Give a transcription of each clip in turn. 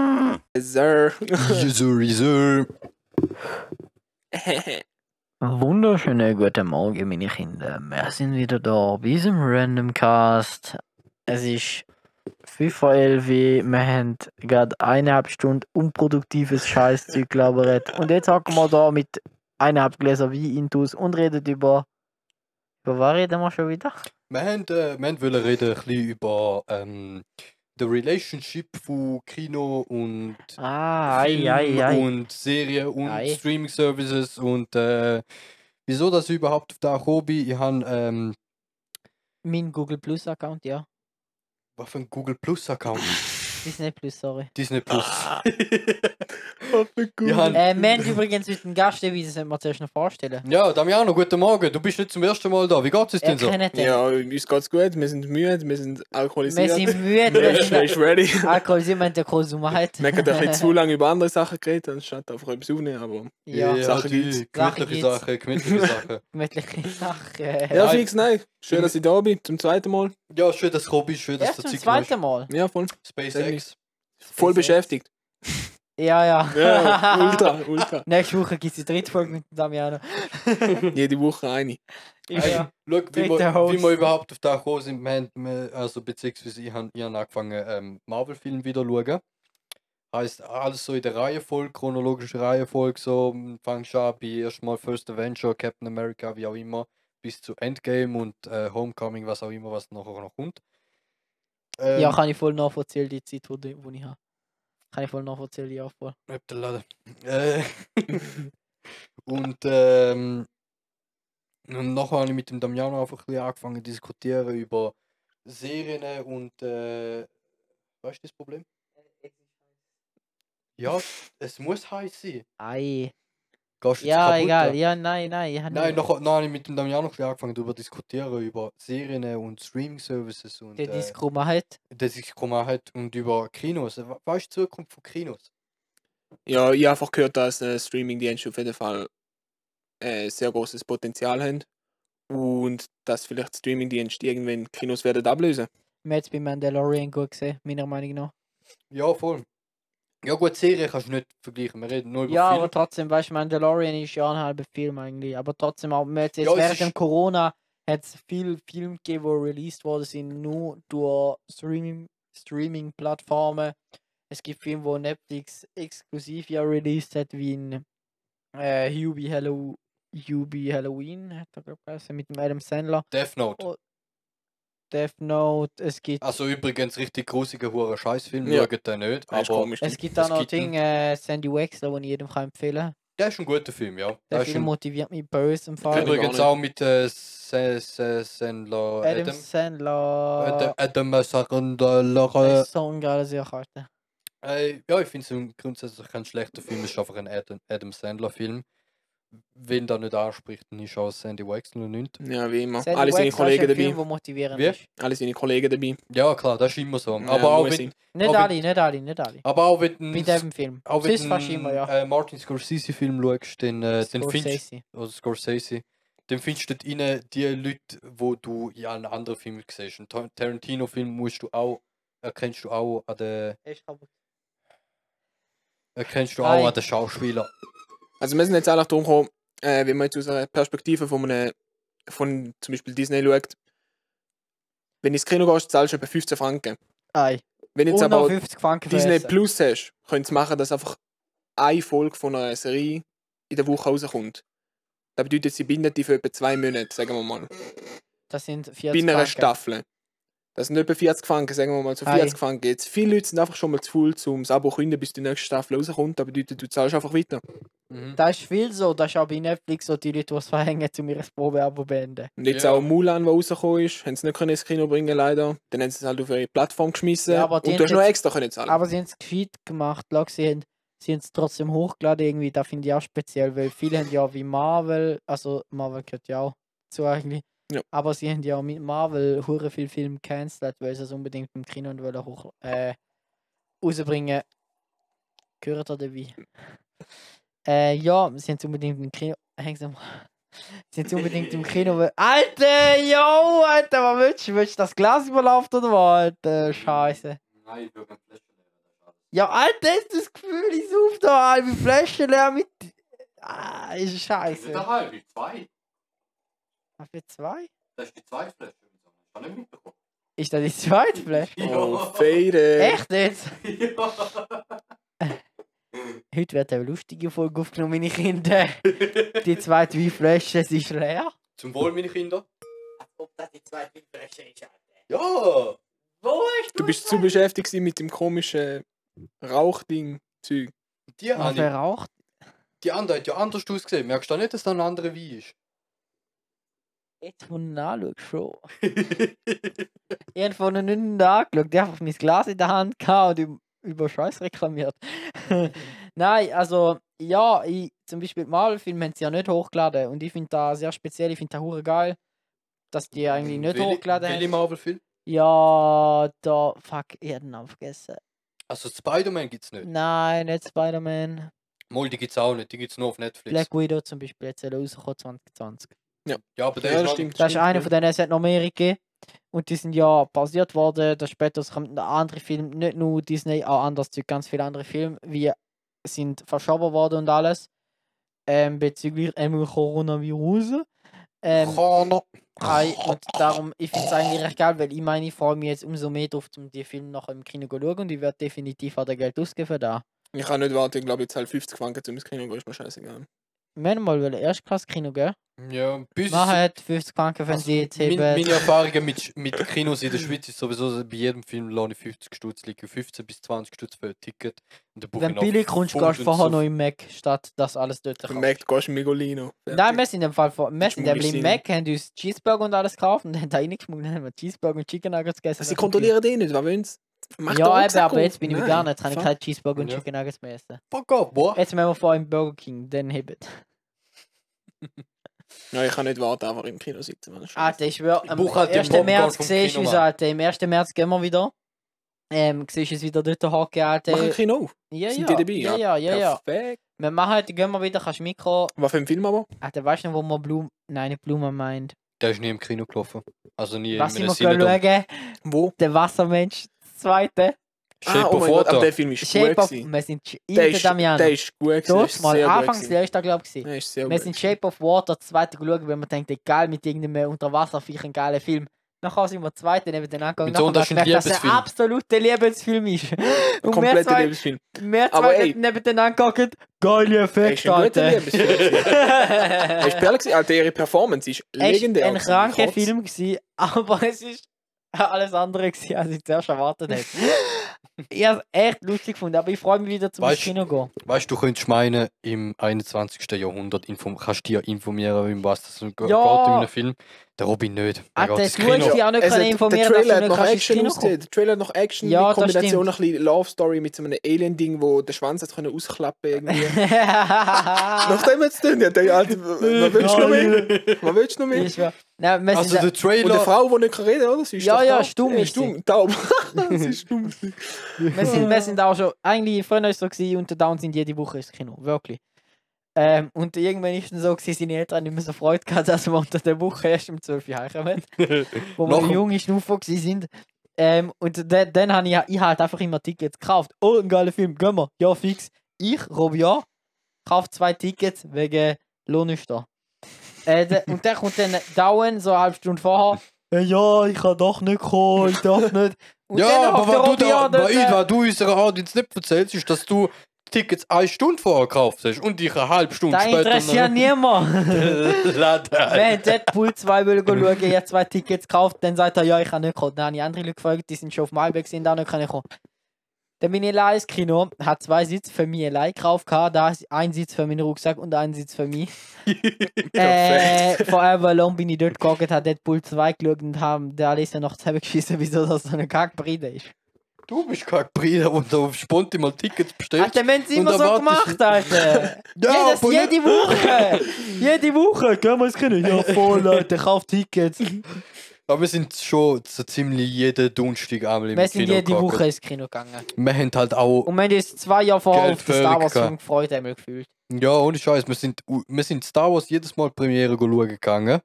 Yes, sir. User, user. Wunderschönen guten Morgen, meine Kinder. Wir sind wieder da bei diesem Random Cast. Es ist 5 vor 11. Uhr. Wir haben gerade eineinhalb Stunden unproduktives Scheißzeug gelabert. Und jetzt hocken wir da mit eineinhalb Gläser Wein intus und reden über. Über was reden wir schon wieder? Wir haben, äh, wir haben wollen reden ein bisschen über ähm, the relationship von Kino und Ah, Film ei, ei, ei. und Serien und Ei. Streaming Services und äh, wieso das überhaupt auf da gekommen bin. Ich habe ähm, Mein Google Plus Account, ja. was für ein Google Plus Account? Disney Plus, sorry. Disney Plus. Google. Ja, Äh, wir haben übrigens mit dem Gast, wie das sollten wir zuerst noch vorstellen. ja, Damiano, guten Morgen. Du bist nicht zum ersten Mal da. Wie geht es Er denn so? kennt den. ja, uns geht's gut, wir sind müde, wir sind Wir alkoholisiert. sind müde, wir Mensch, sind ist ready. alkoholisiert, wir haben den Konsum halt. Wir haben ein bisschen zu lange über andere Sachen geredet, anstatt auf etwas aufnehmen, aber... Ja, Sache die gibt's. Sache gemütliche gibt's. Sache, gemütliche Sache. gemütliche Sache. Ja, Nein. fix, nein. Schön, dass ich da bin, zum zweiten Mal. Ja, schön, dass du gekommen bist, schön, dass Erst du zum Zeit genommen hast. zweiten Mal. Ja, voll. SpaceX. Voll SpaceX. beschäftigt. Ja, ja. Ja, ultra, ultra. Nächste Woche gibt es die dritte Folge mit dem Damiano. Jede Woche eine. Ey, Ja. Schau, wie Dritter wir, wie Host. wir überhaupt auf da gekommen sind, wir haben, wir- also beziehungsweise ich habe hab angefangen, ähm, Marvel-Filme wieder zu schauen. Heißt alles so in der Reihenfolge, chronologische Reihenfolge, so m, fangst du an bei erstmal First Avenger, Captain America, wie auch immer, bis zu Endgame und äh, Homecoming, was auch immer, was nachher noch kommt. Ähm, ja, kann ich voll nachvollziehen, die Zeit, wo, die wo ich habe. Kann ich voll nachvollziehen, ja, voll. Bleib der Laden. Äh, und ähm, und nachher habe ich mit dem Damiano einfach ein bisschen angefangen zu diskutieren über Serien und äh, was ist das Problem? Ja, es muss heiß sein. Ei. Gehst du jetzt Ja, kaputt, egal. ne? Ja, nein, nein. Ja, Nein, nachher, nachher habe ich mit dem Damiano ein bisschen angefangen darüber zu diskutieren, über Serien und Streaming-Services und Der äh, Disco macht. das ich gemacht habe und über Kinos. Was ist die Zukunft von Kinos? Ja, ich habe einfach gehört, dass äh, Streaming-Dienste auf jeden Fall äh, sehr großes Potenzial haben. Und dass vielleicht Streaming-Dienste irgendwann Kinos werden ablösen. Wir haben jetzt bei Mandalorian gut gesehen, meiner Meinung nach. Ja, voll. Ja gut, Serien kannst du nicht vergleichen. Wir reden nur über Ja, Filme. aber trotzdem, weißt du, Mandalorian ist ja ein halber Film eigentlich. Aber trotzdem, auch jetzt, jetzt Ja, es während ist- dem Corona hat es viele Filme gegeben, die released worden sind, nur durch Streaming- Streaming-Plattformen. es gibt Filme, die Netflix exklusiv ja released hat, wie in äh, Hubie, Hallow Hubie Halloween, hat er, glaub, geheißen, mit dem Adam Sandler, Death Note. Oh. Death Note, es gibt, Also übrigens richtig grusiger hure Scheißfilm, Ja. ja. schaut den nicht, Das ist aber komisch. es gibt es auch noch gibt einen- Dinge, äh, Sandy Wexler, den ich jedem kann empfehlen der ist ein guter Film, ja. Der Der ist ein, Film motiviert mich böse im Fall. Kenn ich übrigens gar auch mit äh, Se- Se- Sandler Adam, Adam. Adam- Sandler. Adam Sandler. ist so ein geiler Sicherheiten. Äh, ja, ich finde es grundsätzlich kein schlechter Film, es ist einfach ein Adam, Adam Sandler Film. Wenn der nicht anspricht, dann ist auch Sandy Wexler nicht. Ja, wie immer. Alle seine Kollegen Film, dabei. der motivierend Wie? ist. Alle seine Kollegen dabei. Ja klar, das ist immer so. Ja, aber, auch muss wenn, sein. Nicht Aber- alle, nicht alle, nicht alle. aber auch wenn du Bei einen- diesem Film. auch das wenn ist fast du immer, einen, ja. äh, Martin Scorsese Film schaust, dann, äh, dann findest du Scorsese. oder Scorsese, dann findest du dort rein die Leute, wo du in allen anderen Filmen siehst. Einen Ta- Tarantino-Film musst du auch, erkennst du auch an den, Ist kaputt. erkennst du Hi. auch an den Schauspielern. Also wir sind jetzt einfach darum gekommen, äh, wenn man jetzt aus einer Perspektive von, einem, von zum Beispiel Disney schaut, wenn du ins Kino gehst, zahlst du etwa 15 Franken. Ei. Wenn jetzt Unter aber 50 Franken Disney fressen. Plus hast, könnt ihr machen, dass einfach eine Folge von einer Serie in der Woche rauskommt. Das bedeutet, sie binden die für etwa zwei Monate, sagen wir mal. Das sind 40 Bei einer Franken. Staffel. Das sind etwa 40 Franken, sagen wir mal, so Ei. 40 Franken. Jetzt viele Leute sind einfach schon mal zu voll, um das Abo zu künden, bis die nächste Staffel rauskommt. Das bedeutet, du zahlst einfach weiter. Mhm. Das ist viel so. Das ist auch bei Netflix so, die Leute, die es verhängen, um ihr Probeabo beenden. Und jetzt Ja. auch Mulan, der rausgekommen ist, haben sie nicht können ins Kino bringen leider. Dann haben sie es halt auf ihre Plattform geschmissen. Ja, aber und die du hast haben noch jetzt- extra können zahlen. Aber sie haben es gescheit gemacht. Schau, sie haben sie haben es trotzdem hochgeladen irgendwie. Das finde ich auch speziell, weil viele haben ja wie Marvel, also Marvel gehört ja auch zu eigentlich. Ja. Aber sie haben ja auch mit Marvel hure viel Film cancelt, weil sie es unbedingt im Kino und wollen hoch äh, rausbringen. Gehört ihr dabei? äh, ja, sie haben es unbedingt im Kino. Häng's am Sie sind unbedingt im Kino. weil- Alter, yo, Alter, was willst du? Willst du das Glas überlaufen oder was? Alter, Scheiße. Nein, ich würde Fläschchen nehmen. Ja, Alter, ist das Gefühl, ich suche da halbe Flasche leer mit. Ah, ist scheiße. Eine halbe, zwei. Hab ich zwei? Das ist die zweite Flasche. Ich habe nicht mitbekommen. Ist das die zweite Flasche? Oh, Fade. Echt jetzt? Ja. Heute wird eine lustige Folge aufgenommen, meine Kinder. Die zweite Weinflasche sie ist leer. Zum Wohl, meine Kinder. Ob das die zweite Weinflasche ist, Alter. Ja. Wo ist Du bist zu beschäftigt gewesen mit dem komischen Rauchding-Zeug. Die, Ah, habe ich, verraucht? die andere hat ja anders ausgesehen. Merkst du nicht, dass da ein anderer Wein ist? Jetzt, wo du nachschaust, schon. Ich habe vorhin nicht angeschaut, ich habe einfach mein Glas in der Hand gehabt und ü- über Scheiß reklamiert. Nein, also, ja, ich, zum Beispiel die Marvel-Filme haben sie ja nicht hochgeladen und ich finde das sehr speziell, ich finde das hure geil, dass die eigentlich nicht Welche- hochgeladen welche haben. Marvel-Film? Ja, da, fuck, ich habe den Namen vergessen. Also Spider-Man gibt es Hm. nicht. Nein, nicht Spider-Man. Mol, die gibt es auch nicht. Die gibt es nur auf Netflix. Black Widow zum Beispiel, jetzt soll er rausgekommen 2020. Ja, aber der Ja, ist das noch- stimmt. Das ist einer ja. von denen, es hat noch mehrere gegeben. Und die sind ja basiert worden, dass später es kommt ein anderer Film, nicht nur Disney, auch anders Zeug, ganz viele andere Filme, wie sind verschoben worden und alles. Ähm, bezüglich dem Coronavirus. Ähm, Corner. ei, und darum, ich finde es eigentlich recht geil, weil ich meine, ich freue mich jetzt umso mehr drauf, um die Filme nachher im Kino zu schauen und ich werde definitiv auch das Geld ausgeben für das. Ich kann nicht warten, ich glaube, jetzt halt 50 Franken zum Kino gehen, ist mir scheißegal. Wir haben mal wollen Erstklass-Kino, gell? Ja, bis Man hat 50 Franken, wenn Also, sie jetzt Min, eben. meine Erfahrungen mit, mit Kinos in der Schweiz ist sowieso, dass bei jedem Film lade ich 50 Stutz liegen, 15 bis 20 Stutz für ein Ticket. Und dann buche Wenn ich du noch billig kommst, Pfund gehst du und vorher so. noch im Mac, statt dass alles dort Im kaufst. Mac gehst du in Migolino. Nein, wir sind im Fall vor. Wir Das sind im schmuggelst im du Mac, haben uns Cheeseburger und alles gekauft und haben da reingeschmuggelt, dann haben wir Cheeseburger und Chicken Nuggets gegessen. Also Sie und dann kontrollieren den nicht, was wollen sie? Mach gegessen. den Ja, eben, Rucksack aber auf. jetzt bin ich Nein, vegan, jetzt kann ich fuck. keine Cheeseburger und Ja. Chicken Nuggets mehr essen. Fuck ab, boah. Jetzt müssen wir vor im Burger King, dann hebet. Nein, ich kann nicht warten, einfach im Kino sitzen. Mann. Alter, ich schwör, am brauch halt den 1. Popcorn März vom siehst du Kino, uns, Mann. Alter. Im 1. März gehen wir wieder. Ähm, siehst du uns wieder dort hocken, Alter. Mach ein Kino auf. Ja, Sind ja, die dabei? ja, ja, ja, ja. Perfekt. Wir machen heute, gehen wir wieder, kannst Mikro. Was für ein Film aber? Alter, weißt du noch, wo man Blumen. Nein, nicht Blumen meint. Der ist nie im Kino gelaufen. Also nie Was ich einem mal Cinedom. schauen, Wo? der Wassermensch, das zweite. Shape oh of mein Gott, aber der Water. Film ist Shape gut. of. gewesen. Wir sind in Der der ist, der Damiano. ist gut. gewesen, der Dort ist mal sehr gut anfangs gewesen. der erste glaube ich. Der ist sehr Wir gut. sind gewesen. Shape of Water, zweite geschaut, weil man denkt, ey, geil mit irgendeinem Unterwasserviech, ein geiler Film. Nachher sind wir zweite neben den angegangen. Mit so Nachher haben wir unterschiedlichen gemerkt, dass er Liebesfilmen. absoluter Liebesfilm ist. Und wir Kompletter zwei, Liebesfilm. wir Aber zwei ey. neben den angegangen, geile Er ist Effekte, ein guter Alter. Liebesfilm. gewesen. Er ist perl gewesen. Alter, ihre Performance ist Es war legendär. ein gewesen. kranker Kotz. Film, gewesen, aber es ist alles andere, gewesen, als ich zuerst erwartet hätte. ich habe es echt lustig gefunden, aber ich freue mich wieder zum Weißt- Kino gehen. Weißt du, du könntest meinen, im 21. Jahrhundert inform kannst du dir informieren, um was das ge- geht in Ja. einem Film. Der Robin nicht. Er Alter, geht ins das Gute Kino. ist, ich auch nicht Es hat- können informieren, der dass du Trailer hat nicht noch kannst ins Action Kino ausgesehen. kommen. Der Trailer hat noch Action Ja, in das Kombination stimmt. noch ein bisschen Love Story mit so einem Alien-Ding, wo der Schwanz hat können ausklappen irgendwie. Nachdem jetzt den, ja, der alte, was willst du noch mehr? Was willst du noch mehr? Ich schwör. Nein, wir Also der sind Und die Trailer. Frau, die nicht kann reden kann, oder? Sie ist Ja, doch ja, taub. stumm Ja, ist sie. stumm, taub. sie ist stumm. gewesen. wir sind, wir sind auch schon, eigentlich früher war es so, gewesen, unter Down sind jede Woche ins Kino, wirklich. Ähm, und irgendwann ist es so, gewesen, seine Eltern haben nicht mehr so Freude gehabt, dass wir unter der Woche erst um 12 Uhr heimkommen, wo wir Noch- noch junge Schnuffer waren. Ähm, und dann, dann habe ich, ich halt einfach immer Tickets gekauft. Oh, ein geiler Film, gehen wir. Ja, fix. Ich, Rob, ja, kaufe zwei Tickets wegen Lohnüster. Äh, de- und dann kommt dann Down so eine halbe Stunde vorher. äh, Ja, ich kann doch nicht kommen, ich darf nicht. Und Ja, dann aber hockt was der du, Robi da, an, dort, äh, was du unserer Audience nicht erzählst, ist, dass du Tickets eine Stunde vorher gekauft hast und dich eine halbe Stunde Da später... ne? interessiert niemand. Wir niemand. haben Deadpool 2 wollen gehen schauen, ich habe zwei Tickets gekauft, dann sagt er, ja, ich kann nicht kommen. Dann habe ich andere Leute gefragt, die sind schon auf Malbec, sind auch nicht können kommen. Dann bin ich allein ins Kino, habe zwei Sitze für mich allein gekauft, gehabt, da ist ein Sitz für meinen Rucksack und ein Sitz für mich. äh, Forever Alone bin ich dort geguckt, habe Deadpool 2 geschaut und haben der Alisa noch zusammengeschissen, wieso das so eine Kackbrille ist. Du bist kein Bruder, und auf Sponti mal Tickets bestellst. Alter, wir haben es immer Und so erwartest- gemacht, Alter. Ja, Jedes, aber jede Woche! jede Woche! Gehen wir ins Kino? Ja, voll, Leute, kauft Tickets. Aber wir sind schon so ziemlich jeden Donnerstag einmal im Wir sind Kino jede gehockt. Woche ins Kino gegangen. Wir haben halt auch... Und wir haben uns zwei Jahre vorher Geld auf den Star Wars völlig Film gefreut, einmal gefühlt. Ja, ohne Scheiß, wir sind, wir sind Star Wars jedes Mal Premiere schauen gegangen.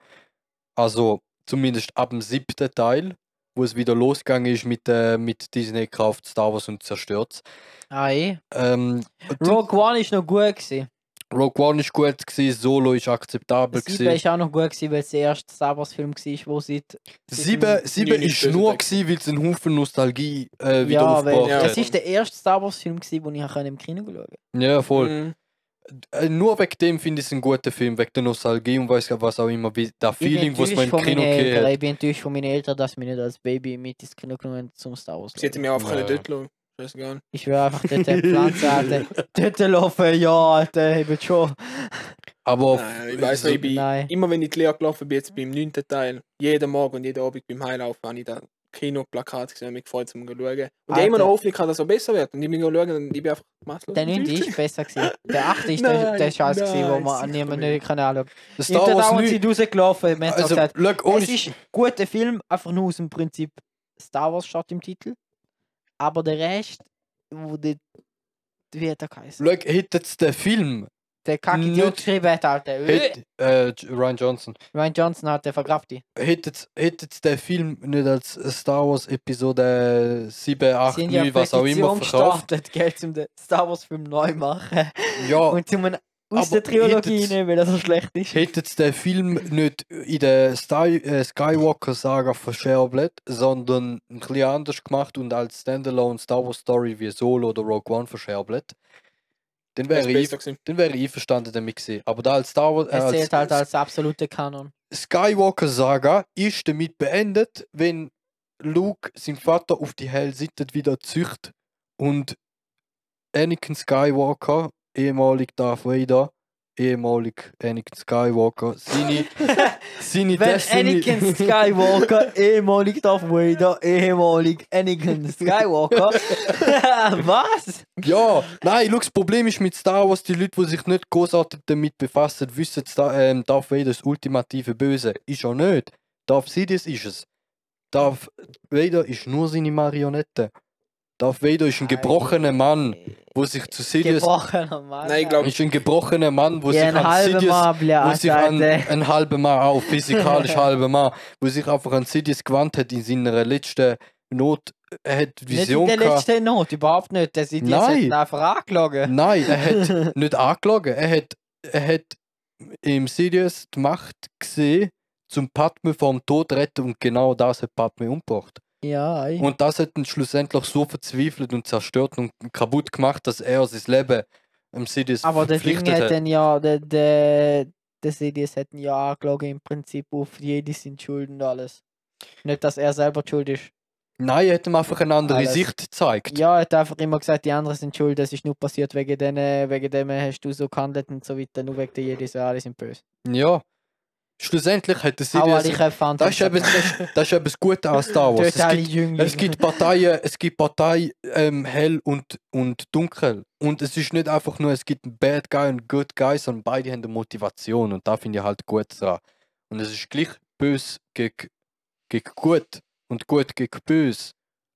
Also, zumindest ab dem siebten Teil. wo es wieder losgegangen ist mit, äh, mit Disney kauft Star Wars und zerstört. Ei. Ähm, und Rogue One ist noch gut gewesen. Rogue One ist gut gewesen, Solo ist akzeptabel Sieben gewesen. ist auch noch gut gewesen, weil es der erste Star Wars Film war, wo seit... Äh, Sieben, sieben nicht ist böse nur denken. gewesen, weil es einen Haufen Nostalgie äh, wieder Ja, weil aufgebracht Ja. es hat. ist der erste Star Wars Film gewesen, den ich auch im Kino schauen konnte. Ja, voll. Mhm. Äh, nur wegen dem finde ich es einen guten Film, wegen der Nostalgie und weiß was auch immer, wie das Ich bin Feeling, was enttäuscht man im von Kino meinen gegeben Eltern. hat. Ich bin enttäuscht von meinen Eltern, dass mich nicht als Baby mit ins Kino genommen haben, zum Star Wars Sie hätten mir schauen. einfach Ja. ja. dort schauen. Scheißegal. Ich will einfach dort eine Pflanze, Alter. Dort laufen, ja, Alter, ich bin schon... Aber Nein, ich weiß so- noch, ich bin Nein. immer, wenn ich leer gelaufen bin, jetzt beim 9. Teil, jeden Morgen und jeden Abend beim Heilaufen, habe ich da Kinoplakat gesehen, mich gefreut zum schauen. Und ich habe immer noch Alter. Hoffnung, gehabt, dass es besser wird. Und ich bin schauen und ich bin einfach maßlos. Der 9. ist besser gewesen. Der 8. ist der, Nein, der Scheiß nein, gewesen, wo man sicher niemand nicht. nicht anschauen kann. der Star Hinter Wars dauernd sind 9, rausgelaufen, wir haben also, gesagt, look, ohne es ist ein guter Film, einfach nur aus dem Prinzip Star Wars steht im Titel. Aber der Rest, wo der wie hat er geheißen? Look, hätte es den Film. Der Kacke, die Nicht- geschrieben hat, Alter. Hätte, äh, J- Ryan Johnson. Ryan Johnson hat der vergrabt die. Hätte es den Film nicht als Star Wars Episode 7, 8, Sind ja 9, was auch immer Petition verkauft. gestartet, gell, zum den Star Wars Film neu machen. Ja, Und zum einen aus Oh. aber der Trilogie hättet's- nehmen, weil er so schlecht ist. hätte es den Film nicht in der Sty- äh, Skywalker Saga verscherbelt, sondern ein bisschen anders gemacht und als Standalone Star Wars Story wie Solo oder Rogue One verscherbelt. Dann wäre ich, gewesen. dann wäre ich einverstanden damit gewesen. Aber da als Star Wars. äh, Es zählt halt als als absoluter Kanon. Skywalker Saga ist damit beendet, wenn Luke seinen Vater auf die Hellseite wieder zücht und Anakin Skywalker, ehemalig Darth Vader, ehemalig Anakin Skywalker, seine, seine Wenn Destiny- Anakin Skywalker, ehemalig Darth Vader, ehemalig Anakin Skywalker. Was? Ja, nein, schau, das Problem ist mit Star Wars, die Leute, die sich nicht großartig damit befassen, wissen, Star, ähm, Darth Vader das ultimative Böse. Ist er nicht. Darth Sidious ist es. Darth Vader ist nur seine Marionette. Darth Vader ist ein Nein. gebrochener Mann, wo sich zu Sidious... Gebrochener Mann. Nein, ich glaub- Ist ein gebrochener Mann, wo Ja, sich ein an halber Sidious... Mann, bla, Wo sich an, Alter. ein halber Mann, auch physikalisch halber Mann, wo sich einfach an Sidious gewandt hat in seiner letzten Not... Er hat Nicht Vision in der gehabt. letzten Not, überhaupt nicht. Der Sidious Nein. hat ihn einfach angelogen. Nein, er hat nicht angelogen. Er hat, er hat im Sirius die Macht gesehen, zum Padme vom Tod retten und genau das hat Padme umgebracht. Ja, ei. Und das hat ihn schlussendlich so verzweifelt und zerstört und kaputt gemacht, dass er sein Leben im Sirius aber der Ding verpflichtet halt. hat hat. dann ja, der, der, der Sidious hat ihn ja angelogen im Prinzip auf jede sind schuld und alles. Nicht, dass er selber die schuld ist. Nein, er hat ihm einfach eine andere Alles. Sicht gezeigt. Ah, Ja, er hat einfach immer gesagt, die anderen sind schuld, das ist nur passiert wegen denen, wegen dem hast du so gehandelt und so weiter, nur wegen der Jedis, ja, alle sind böse. Ja. Schlussendlich hat der Aber Sirius... ich erfand Das ist eben das, ist- das, ist eben das Gute an Star Wars. Tötet Es alle gibt Jünglinge. Es gibt Parteien, es gibt Partei ähm, hell und, und dunkel. Und es ist nicht einfach nur, es gibt einen Bad Guy und einen Good Guy, sondern beide haben eine Motivation. Und da finde ich halt gut dran. Und es ist gleich böse gegen, gegen gut und gut gegen böse.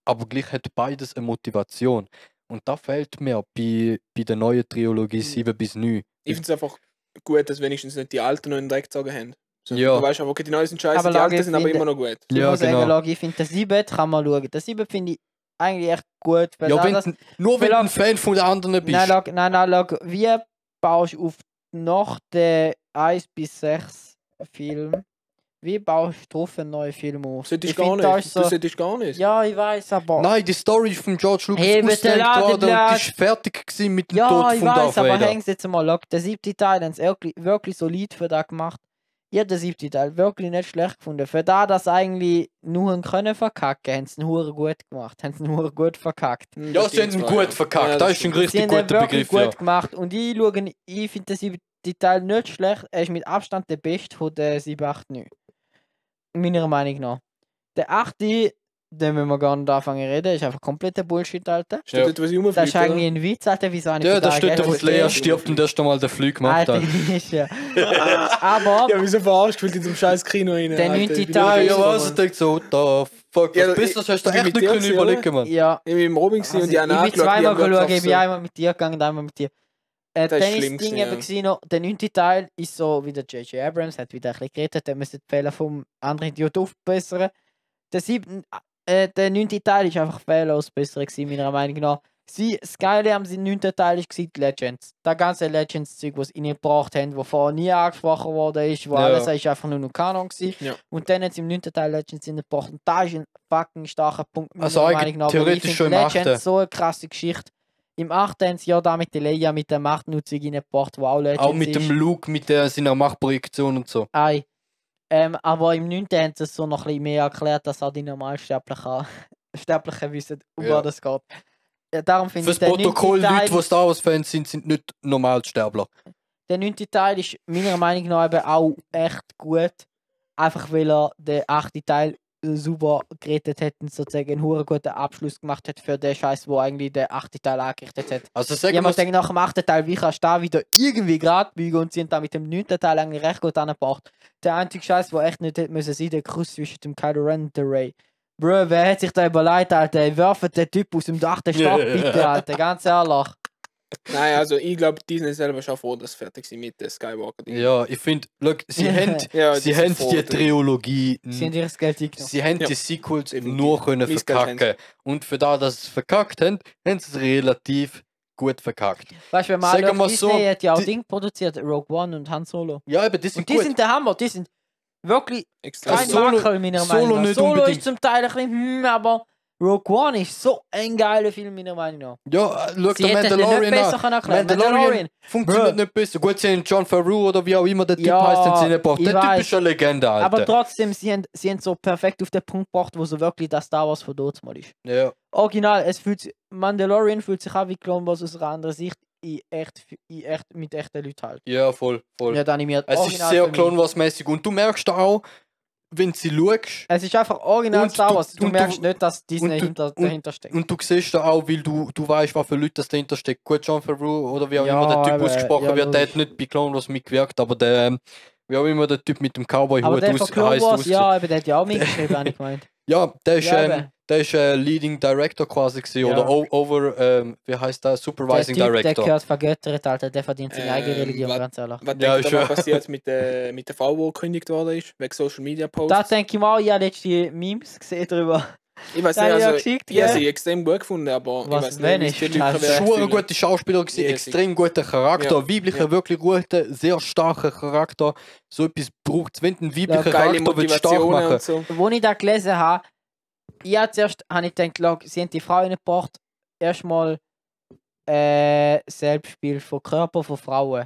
Aber gleich hat beides eine Motivation. Und da fehlt mir bei, bei der neuen Hm. Trilogie 7 bis 9. Ich finde es einfach gut, dass wenigstens nicht die Alten noch einen Dreck sagen haben. So, Ja. Du weißt einfach, okay, die Neuen sind scheiße, Aber die Lage Alten sind aber finde- immer noch gut. ich muss genau. sagen, Log, ich finde, das 7 kann man schauen. Das 7 finde ich eigentlich echt gut, weil Ja, wenn, das, du- nur wenn weil du ein das- Fan von den anderen bist. Nein, log, nein, nein, log, wie baust du auf nach den 1 bis 6 Film, wie baust du drauf einen neuen Film auf? Solltest Ich gar finde, da ist nicht. Du so, solltest gar nicht. ja, ich weiß, aber... Nein, die Story ist von George Lucas Hey, bitte ausgedacht lade worden und die Blatt. ist fertig gewesen mit dem Tod Ja, ich von Darth weiß, aber Vader. häng's jetzt mal lock. Der siebte Teil haben wirklich, wirklich solid für da gemacht. Ja, der siebte Teil wirklich nicht schlecht gefunden. Für da, dass eigentlich nur ein können verkacken, haben sie nur gut gemacht, haben sie nur gut verkackt. Hm, Ja, das sie haben ihn stimmt zwar, gut ja. verkackt. Ja, das das ist ein stimmt. richtig sie haben guter den wirklich Begriff. Ja. gut gemacht und ich schaue, ich finde den siebten Teil nicht schlecht. Er ist mit Abstand der beste von den 7, 8, 9. Meiner Meinung nach. Der achte, den müssen wir gar nicht anfangen zu reden, ist einfach kompletter Bullshit, Alter. Steht Ja. dort, was ich Das ist rumfliege, eigentlich ein Witz, Alter, wieso habe ich ja, für da das steht Geld der, wo Alter, Lea das- ausgegeben? stirbt und erst einmal den Flug gemacht Alter, hat. ist ja. Aber oder? Ja, wieso verarscht will in diesem scheiß Kino rein? Der Alter? neunte Ich bin nur Ja, Teil, Ja, ja, böse, was? Mann. Ich denke so, da fuck, Ja, was bist du? ich- Das hast du ich bin echt mit nicht dir können gewesen, überlegen, Mann. ja, Ich bin im Robin also, gewesen und ich die haben bin angeschaut, die zweimal haben geschaut, gesagt, ich bin einmal mit dir gegangen, und einmal mit dir. Äh, Das ist dann schlimm ist das Ding gewesen, eben ja. gewesen, noch, der neunte Teil ist so wie der J.J. Abrams, hat wieder ein bisschen geredet, der müsste die Fehler vom anderen Idiot aufbessern. Der siebte, äh, der neunte Teil ist einfach fehllos besser gewesen, meiner Meinung nach. Sie, Skyrim, sein neunter Teil ist gewesen, die Legends. Das ganze Legends-Zeug, was sie reingebracht haben, wo vorher nie angesprochen worden ist, wo Ja. alles ist einfach nur noch Kanon gewesen. Ja. Und dann haben sie im neunten Teil Legends reingebracht. Und das ist ein fucking starker Punkt, meiner Also eigentlich Meinung nach. weil ich theoretisch finde schon im Legends achten. so eine krasse Geschichte. Im achten haben sie ja da mit der Leia, mit der Machtnutzung reingebracht, wo auch Legends Auch mit ist. dem Luke, mit der, seiner Machtprojektion und so. Ei. Ähm, aber im 9. haben sie es so noch ein bisschen mehr erklärt, dass auch die Normalsterblichen Sterblichen wissen, um Ja. was es geht. Ja, darum finde ich Fürs den 9. Protokoll, Teil, Leute, die Star Wars-Fans sind, sind nicht Normalsterbler. Der 9. Teil ist meiner Meinung nach eben auch echt gut. Einfach weil er den 8. Teil äh, super gerettet hat und sozusagen einen hohen guten Abschluss gemacht hat für den Scheiß, wo eigentlich der 8. Teil angerichtet hat. Also sagen Ja, man wir denkt nach dem achten Teil, wie kannst du da wieder irgendwie gerade biegen und sind da mit dem neunten Teil eigentlich recht gut angebracht. Der einzige Scheiß, der echt nicht hätte müssen sein, der Kuss zwischen dem Kylo Ren und der Ray. Bro, wer hat sich da überlegt, Alter? Ey, Werft den Typ aus dem achten Stock, Ja. bitte, Alter. Ganz ehrlich. Nein, also ich glaube, Disney selber schon froh, dass sie fertig sind mit äh, der Skywalker. Ja, ich finde, sie haben, Ja, sie sind haben froh, die dass- Trilogie Sie haben ihr das Geld eingenommen. Sie haben Ja. die Sequels Eben, nur können Missgeld haben verkacken. Und für das, dass sie es verkackt haben, haben sie es relativ gut verkackt. Weißt du, wenn man Sagen anschaut, wir Disney so, hat ja auch die- Ding produziert, Rogue One und Han Solo. Ja, aber die sind Und die gut. sind der Hammer, die sind wirklich Extra. kein Also Solo- Makel, meiner Solo Meinung nach. nicht Solo unbedingt. ist zum Teil ein bisschen, hm, aber Rogue One ist so ein geiler Film, meiner Meinung nach. ja, äh, schau Sie den hätten es nicht Mandalorian besser an. können erklären. Mandalorian. funktioniert Bruh. nicht besser. Gut, sie haben John Favreau oder wie auch immer der Typ Ja, heißt, den sie nicht braucht. ich Der Typ weiß. ist schon eine Legende, Alter. Aber trotzdem, sie haben, sie haben so perfekt auf den Punkt gebracht, wo so wirklich das Star Wars von dort mal ist. ja. Original, es fühlt sich, Mandalorian fühlt sich auch wie Clone Wars aus einer anderen Sicht in echt, in echt, mit echten Leuten halt. ja, voll, voll. Nicht animiert. es ist original sehr für mich. Clone Wars mäßig und du merkst auch, wenn sie schaust, Es ist einfach original Und Star du- Wars. Du, und du- merkst nicht, dass Disney und du- hinter, und- dahinter steckt. Und du siehst da auch, weil du, du weißt, was für Leute das dahinter steckt. Gut, John Favreau oder wie auch Ja, immer der Typ eben, ausgesprochen ja, wird, der hat logisch. nicht bei Clone Wars mitgewirkt, aber der, ähm, wie auch immer der Typ mit dem aber Cowboy-Hut der von aus, Clone heißt Wars, aus. ja, eben, der hat ja auch mitgeschrieben, habe ich gemeint. ja, der ist, Ja, ähm, eben. der ist äh, Leading Director quasi gewesen, Ja. oder o- Over, ähm, wie heißt der, Der Supervising Typ, der Director. gehört vergöttert, Alter, der verdient seine eigene Ähm, Religion, was- ganz ehrlich. Was Ja, denkt ihr, schon. was passiert mit der, mit der Frau, die gekündigt worden ist? Wegen Social Media Posts? Da denke ich mal, ich habe letzte Memes gesehen drüber. ich weiß nicht, Das habe ich ja also, geschickt, ich habe gell? sie extrem gut gefunden, aber Was ich weiß wenn nicht, ich- die Leute also- Das ist werden ein fühlen. guter Schauspieler, gewesen, Ja, extrem guter Charakter, Ja. weiblicher, Ja. wirklich guter, sehr starker Charakter. So etwas braucht es, wenn du einen weiblichen Geile Charakter willst, stark Motivationen machen. und so. Wo ich das gelesen habe, ich habe zuerst hab ich gedacht, look, sie haben die Frau reingebracht, erstmal äh, Selbstspiel von Körper von Frauen.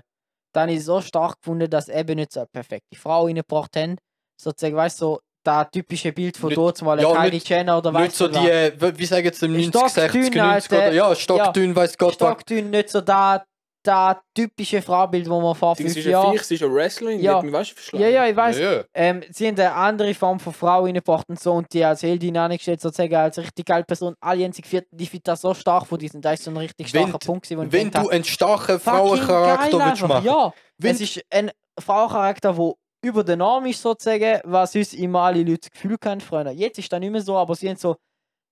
Dann habe ich so stark gefunden, dass eben nicht so eine perfekte Frau reingebracht haben. Sozusagen, weißt du, so das typische Bild von Nicht- dort, mal ja, Kylie nicht- Jenner oder Nicht weißt so du was. die, äh, wie wie sagen jetzt im 90, Stockdünn, 60, 90 Alter. oder ja, stockdünn, weiß Gott was. Stockdünn, nicht so da da typische Fraubild, wo man vor Sie fünf ist ein Jahren... Viech, sie ist ein Wrestling, die Ja. hat mich weißt du verschlagen. Ja, ja, ich weiß. Ja, Ähm, sie haben eine andere Form von Frau reingebracht und so und die als Heldin angestellt, sozusagen als richtig geile Person. Alle haben sich gefühlt, die finden das so stark von diesen. Das ist so ein richtig Wenn- starker Punkt, gewesen, wo ich Wenn gedacht du einen starken habe, fucking Frauencharakter geil willst einfach, machen. Ja, Wenn- es ist ein Frauencharakter, der über den Norm ist, sozusagen, was uns immer alle Leute das Gefühl haben, Freunde. Jetzt ist das nicht mehr so, aber sie haben so,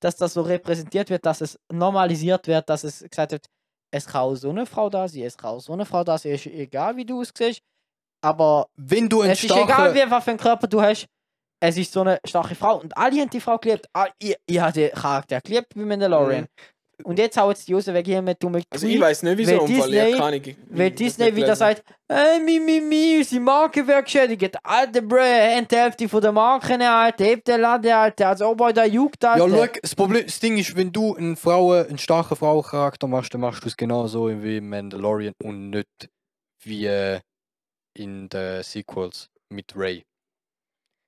dass das so repräsentiert wird, dass es normalisiert wird, dass es gesagt wird, es kann auch so eine Frau da sein, es kann auch so eine Frau da sein, ist egal wie du aussiehst, aber Wenn du einen es ist egal, starken... wie was für einen Körper du hast. Es ist so eine starke Frau. Und alle haben die Frau geliebt. Ah, Ich, ich habe den Charakter geliebt wie Mandalorian. Und jetzt hauen sie die Jose weg hier mit dummen Mhm. Also ich weiß nicht, wieso Weil Unfall, ich Disney- hab keine Ahnung. Weil Ich- Disney ich- wieder sagt, hey, mi, mi, mi, unsere Marke wird geschädigt. Alter, bruh, haben die Hälfte von der Marke, Alter, hebt den Laden, Alter, Also, als ob euch da juckt, Alter. Ja, schau, das Problem, das Ding ist, wenn du einen, Frauen, einen starken Frauencharakter machst, dann machst du es genauso wie in Mandalorian und nicht wie äh, in den Sequels mit Ray.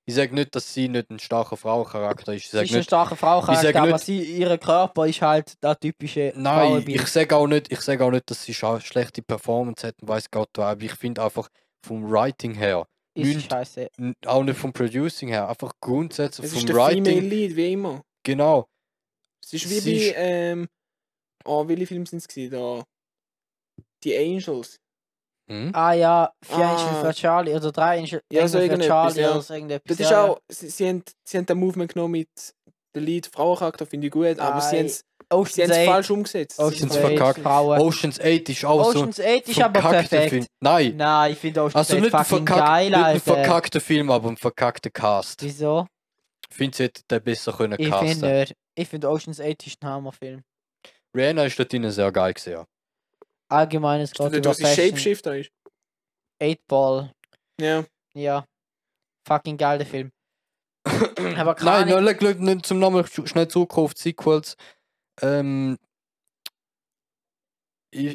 Ich sage nicht, dass sie nicht ein starker Frauencharakter ist. Ich Sie sage ist eine nicht, starke Frau, Ich sag Charakter, aber nicht- sie, ihr Körper ist halt der typische Nein, Frauenbild. ich sage auch nicht, ich sage auch nicht, dass sie scha- schlechte Performance hat und weiß Gott was, aber ich finde einfach vom Writing her, Ist nicht- scheiße. n- auch nicht vom Producing her, einfach grundsätzlich Es ist vom der Writing, Female Lead, wie immer. genau. Es ist Es wie ist- bei, ähm, oh, welche Filme sind es gewesen? Da? Die Angels. Hm? Ah ja, vier Ah. Engel für Charlie oder drei Engel Ja, Engel so für irgendetwas, Charlie ja. oder so irgendetwas. Das ist ja, ja. auch, sie, sie, haben, sie haben den Movement genommen mit der Lead Frauencharakter, finde ich gut, aber sie Ei. haben es sie Ocean's haben's 8. falsch umgesetzt. Oh, Ocean's Sie haben's Eight. falsch- verkackt. Frauen. Ocean's 8 ist auch so ein Ocean's 8 ist aber verkackter perfekt. Film. Nein, Nein, ich finde Ocean's also 8 nicht ein, fucking verkack geil, nicht ein Alter. verkackter Film, aber ein verkackter Cast. Wieso? finde, sie hätte den besser können Ich finde casten. nicht. Ich finde Ocean's 8 ist ein Hammerfilm. Rihanna ist dort drinnen sehr geil gesehen. Allgemein ist gerade Oder über dass sie Fashion. Shapeshifter ist. 8 Ball. Ja. Ja. Fucking geil, der Film. Aber keine Nein, nein, nein, nein, zum Namen sch- schnell zurück auf die Sequels. Ähm, ich,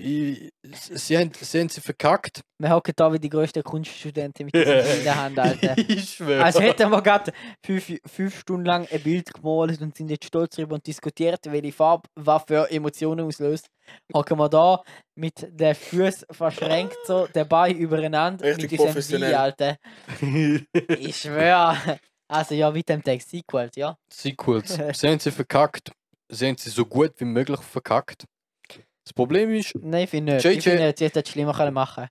ich, sie, haben, sie haben sie verkackt. Wir hocken da wie die größten Kunststudenten mit diesem Ding in der Hand, Alter. Also ich schwöre. Als hätten wir gerade fünf, fünf Stunden lang ein Bild gemalt und sind jetzt stolz darüber und diskutiert, welche Farbe was für Emotionen auslöst. Hocken wir da mit den Füßen verschränkt, so den Bein übereinander Richtig mit unserem professionell. Wein, Alter. Ich schwöre. Also ja, mit dem Text Sequels, ja. Sequels. Sie haben sie verkackt. Sie haben sie so gut wie möglich verkackt. Das Problem ist, Nein, ich finde nicht. JJ Ich finde nicht, sie hätten es schlimmer können machen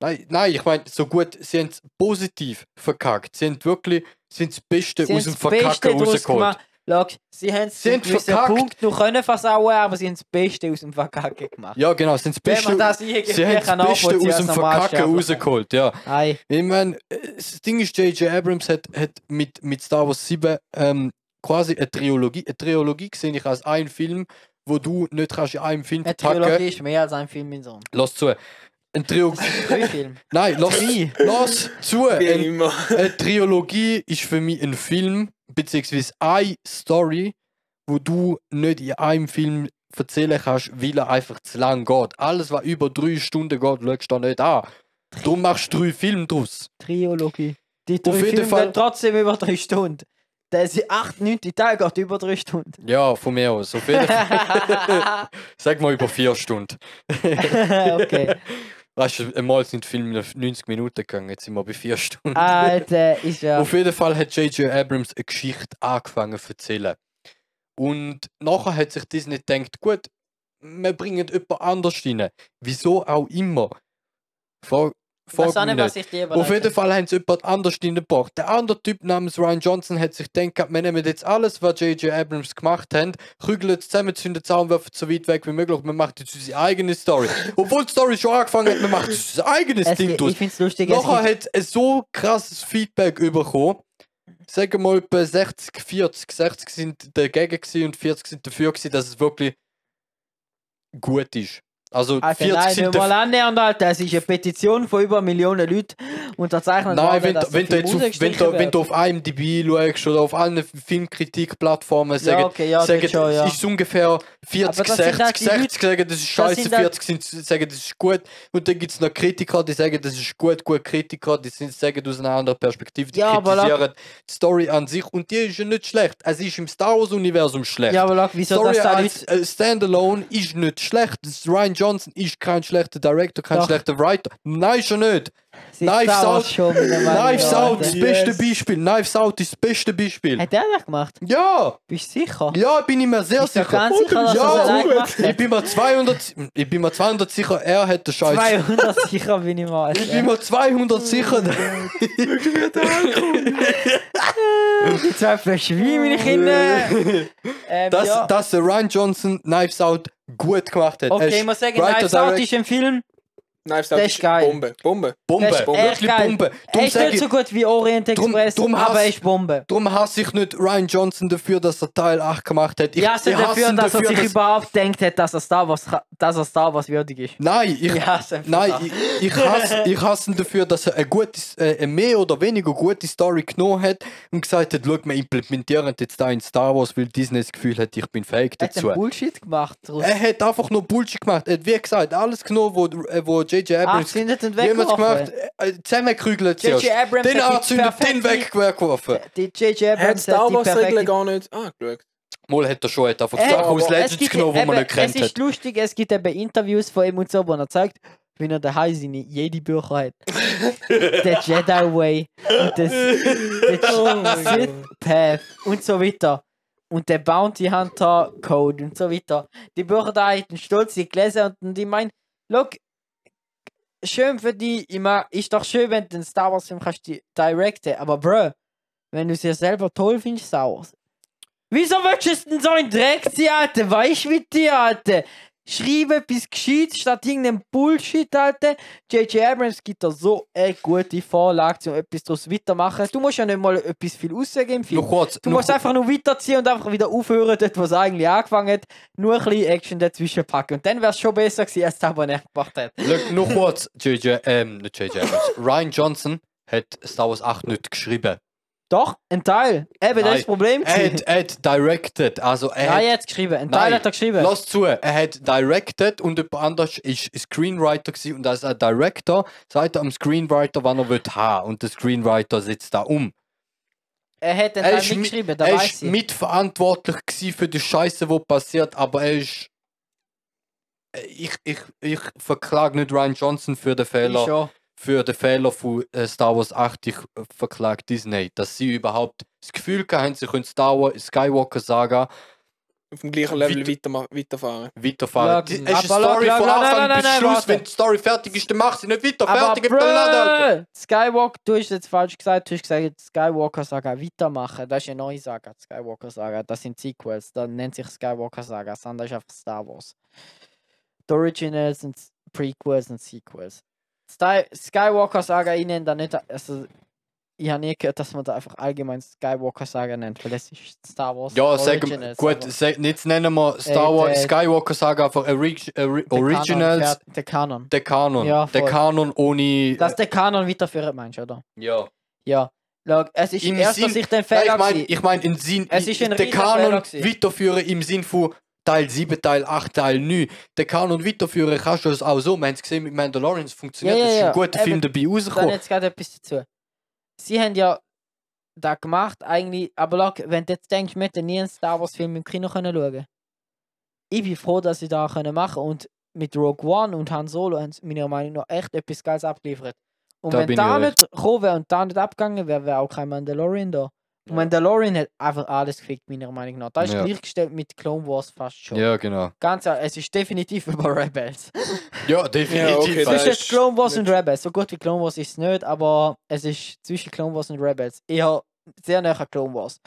nein, nein, ich meine, so gut, sie haben es positiv verkackt. Sie haben wirklich, sie haben das Beste Sie aus dem haben das Beste Verkacken draus rausgeholt. gemacht. Schau, sie haben es Sie zu haben gewissen verkackt. Punkt noch können versauen, aber sie haben das Beste aus dem Verkacken gemacht. Ja, genau, sie haben das Wenn man Beste, das irgendwie sie haben das kann Beste nachvollziehen, also aus dem als normal Verkacken Sterblicher. rausgeholt, ja. Nein, Ich meine, das Ding ist, J.J. Abrams hat, hat mit, mit Star Wars 7 ähm, quasi eine Trilogie, eine Trilogie gesehen, ich als einen Film, wo du nicht kannst in einem Film eine verkacken. Trilogie ist mehr als ein Film in so einem. Lass zu. Ein Trio Das sind drei Filme. Nein, lass, lass zu. Wie Ein, immer. eine Trilogie ist für mich ein Film, beziehungsweise eine Story, wo du nicht in einem Film erzählen kannst, weil er einfach zu lang geht. Alles, was über drei Stunden geht, schaust du da nicht an. Du machst du drei Filme draus. Trilogie. Die drei Auf jeden Filme Fall- gehen trotzdem über drei Stunden. Der ist 8, 9 Teil geht über drei Stunden. Ja, von mir aus. Auf jeden Fall. Sag mal über vier Stunden. okay. Weißt du, einmal sind Filme 90 Minuten gegangen, jetzt sind wir bei vier Stunden. Alter, ist Ah, ja. Auf jeden Fall hat J.J. Abrams eine Geschichte angefangen zu erzählen. Und nachher hat sich Disney gedacht, gut, wir bringen jemand anders rein. Wieso auch immer. Frag, Weiß auch frag mich nicht. nicht, was ich dir Auf jeden überlege. Fall haben sie jemand anders reingebracht. Der andere Typ namens Ryan Johnson hat sich gedacht, wir nehmen jetzt alles, was J.J. Abrams gemacht hat, kügeln es zusammen, zünden es an und werfen es so weit weg wie möglich. Wir machen jetzt unsere eigene Story. Obwohl die Story schon angefangen hat, wir machen jetzt unser eigenes Es Ding gibt- durch. Ich finde es lustig. es Nachher gibt- hat er so krasses Feedback bekommen. Sagen wir mal etwa 60, 40. 60 sind dagegen gewesen und 40 sind dafür, gewesen, dass es wirklich gut ist. Also Alter, 40 Ah, nein, sind nicht mal dafür. annähernd, Alter. Es ist eine Petition von über Millionen Leuten unterzeichnet Nein, wenn, dass du- wenn, du so jetzt viel auf, wenn, du, rausgestrichen wenn du auf IMDb schaust oder auf allen Filmkritikplattformen wird. ja, sagen, okay, ja, das sagen schon, ja. es ist ungefähr 40, das sind 60, halt die 60 sagen, das ist scheiße, sind halt- 40 sind, sagen, das ist gut. Und dann gibt es noch Kritiker, die sagen, das ist gut, gut Kritiker, die sind, sagen aus einer anderen Perspektive, die Ja, aber la- kritisieren die Story an sich und die ist ja nicht schlecht. Es ist im Star Wars-Universum schlecht. Ja, aber schau, wieso Story das da als Leute... äh, Standalone ist nicht schlecht. Das Ryan Johnson ist kein schlechter Director, kein Doch. schlechter Writer. Nein, schon nicht. Sie Knives Star Wars Out- schon mit dem Mann, Knives ja, Out Alter. ist das beste Beispiel. Knives Out ist das beste Beispiel. Hat er das gemacht? Ja, Bist du sicher? ja, bin ich mir sehr Bist du sicher. also ganz Und sicher, dass ja, er das gut. gemacht Ich hat? bin mir 200, ich bin mir 200 sicher, er hat den Scheiß. 200 sicher bin ich mal. Ich bin mir 200 sicher. Die zwei Flaschen Wein, meine Äh. Kinder. Ähm, dass, ja. dass der Ryan Johnson Knives Out gut gemacht hat. Er Okay, ist ich muss sagen, Writer, Knives Out Direct- ist ein Film. Knives Out Das ist geil. Bombe. Bombe. Bombe, der ist echt wirklich geil. Bombe. Er Darum, ist nicht sage ich, so gut wie Orient Drum- Express, drum aber hast- er ist Bombe. darum hasse ich nicht Ryan Johnson dafür, dass er Teil 8 gemacht hat. Ich, Ich hasse ich hasse dafür, ihn dass er sich dass- überhaupt denkt hat, dass er Star Wars, dass er Star Wars würdig ist. Nein, ich, Ich hasse ihn für Nein, das. ich, ich, hasse, ich hasse ihn dafür, dass er eine, gute, äh, eine mehr oder weniger gute Story genommen hat und gesagt hat, schau, wir implementieren jetzt da in Star Wars, weil Disney das Gefühl hat, ich bin fähig Er hat dazu. einen Bullshit gemacht. daraus. Er hat einfach nur Bullshit gemacht. Er hat, wie gesagt, alles genommen, wo äh, wo J.J. Ach, Abrams findet den jemals gemacht weggeworfen. äh, äh, zusammengekrügelt zuerst. J.J. Abrams Den hat die anzündet, den perfekte- weggeworfen. Die J.J. Hat Abrams hat Star die Wars Regeln perfekte... gar nicht Ah, angeschaut. Mal hat er schon hat einfach Äh, Star Wars aber Legends genommen, genau, wo man nicht es kennt ist hat. lustig, es gibt eben Interviews von ihm und so, wo er zeigt, wie er daheim seine jedi Bücher hat. der Jedi Way und das, Oh das Sith Path und so weiter. Und der Bounty Hunter Code und so weiter. Die Bücher da hätten stolz sie gelesen und die meinen, look, schön für die immer, ist doch schön, wenn du den Star Wars Film kannst die directen, aber bro, wenn du es ja selber toll findest, Star Wars. Wieso willst du es denn so in Dreck ziehen, Alter? Weißt du mit dir, Alter? Schreib etwas Gescheites statt irgendeinem Bullshit, Alter. J.J. Abrams gibt da so eine gute Vorlage, um etwas daraus weitermachen. Du musst ja nicht mal etwas viel aussehen im Film. Noch kurz, Du noch musst einfach nur weiterziehen und einfach wieder aufhören, dort, wo es eigentlich angefangen hat. Nur ein bisschen Action dazwischen packen. Und dann wäre es schon besser gewesen, als das, was er gemacht hat. Look, noch kurz, JJ, ähm, nicht JJ Abrams. Ryan Johnson hat Star Wars 8 nicht geschrieben. Doch, ein Teil. Eben, das Nein. ist das Problem. Er hat, gewesen. er hat directed, also er Nein, er hat... hat geschrieben. Ein Teil Nein. hat er geschrieben. Lass zu, er hat directed und jemand anders ist Screenwriter gewesen und als ein Director sagt er am Screenwriter, wann er will haben und der Screenwriter setzt da um. Er hat den Er Teil ist mi- nicht geschrieben, da Er weiß ist ich. mitverantwortlich gewesen für die Scheiße, die passiert, aber er ist... Ich, ich, ich verklage nicht Ryan Johnson für den Ich Fehler. schon. für den Fehler von äh, Star Wars 8 ich, äh, verklagt Disney, dass sie überhaupt das Gefühl gehabt haben, sie können Star Wars Skywalker Saga Auf dem gleichen Level Weit- weiterma- weiterfahren. weiterfahren. Lag- Die, es ist eine aber lag- Story lag- von lag- Anfang nein, nein, bis nein, Schluss. warte. Wenn die Story fertig ist, dann mach sie nicht weiter. Aber fertig, gib den Laden. Alter. brö, Skywalker, du hast jetzt falsch gesagt, du hast gesagt, Skywalker Saga weitermachen. Das ist eine neue Saga, die Skywalker Saga. Das sind Sequels, das nennt sich Skywalker Saga. Das andere ist einfach Star Wars. Die Originals sind Prequels und Sequels. Sty- Skywalker Saga, ich nenne da nicht. Also, ich habe nie gehört, dass man da einfach allgemein Skywalker Saga nennt, weil das ist Star Wars. Ja, sag, Originals, also. gut, aber sag, jetzt nennen wir Star Äh, Wars der- Skywalker Saga von Orig Ori- der Kanon, Originals, fährt- Der Kanon. der Kanon. Ja, der voll. Kanon ohne. Dass der Kanon weiterführt, meinst du, oder? ja. Ja. Schau, es ist Im erst, Sinn- dass ich den Nein, Fehler ich meine, gewesen- ich mein, im Sinn, Es ist ein der riesen Kanon Fehler gewesen. weiterführen im Sinn von Teil 7, Teil 8, Teil 9. Der Kanon weiterführen kannst du es auch so. Wir haben es gesehen mit Mandalorian, es funktioniert. Ja, ja, es ist ja. ein guter Eben. Film dabei Dann rausgekommen. jetzt gerade etwas dazu. Sie haben ja da gemacht, eigentlich, aber schau, wenn du jetzt denkst, wir hätten nie einen Star Wars Film im Kino können schauen Ich bin froh, dass sie da können machen und mit Rogue One und Han Solo haben sie meiner Meinung nach echt etwas Geiles abgeliefert. Und Da bin wenn da ich nicht gekommen wäre und da nicht abgegangen wäre, wäre auch kein Mandalorian da. Und Mandalorian hat einfach alles gefickt, meiner Meinung nach. Das ist Ja. gleichgestellt mit Clone Wars fast schon. Ja, genau. Ganz ehrlich, es ist definitiv über Rebels. Ja, definitiv. Ja, okay, Alter. das Zwischen ist Clone Wars nicht- und Rebels. So gut wie Clone Wars ist es nicht, aber es ist zwischen Clone Wars und Rebels. Eher sehr näher Clone Wars.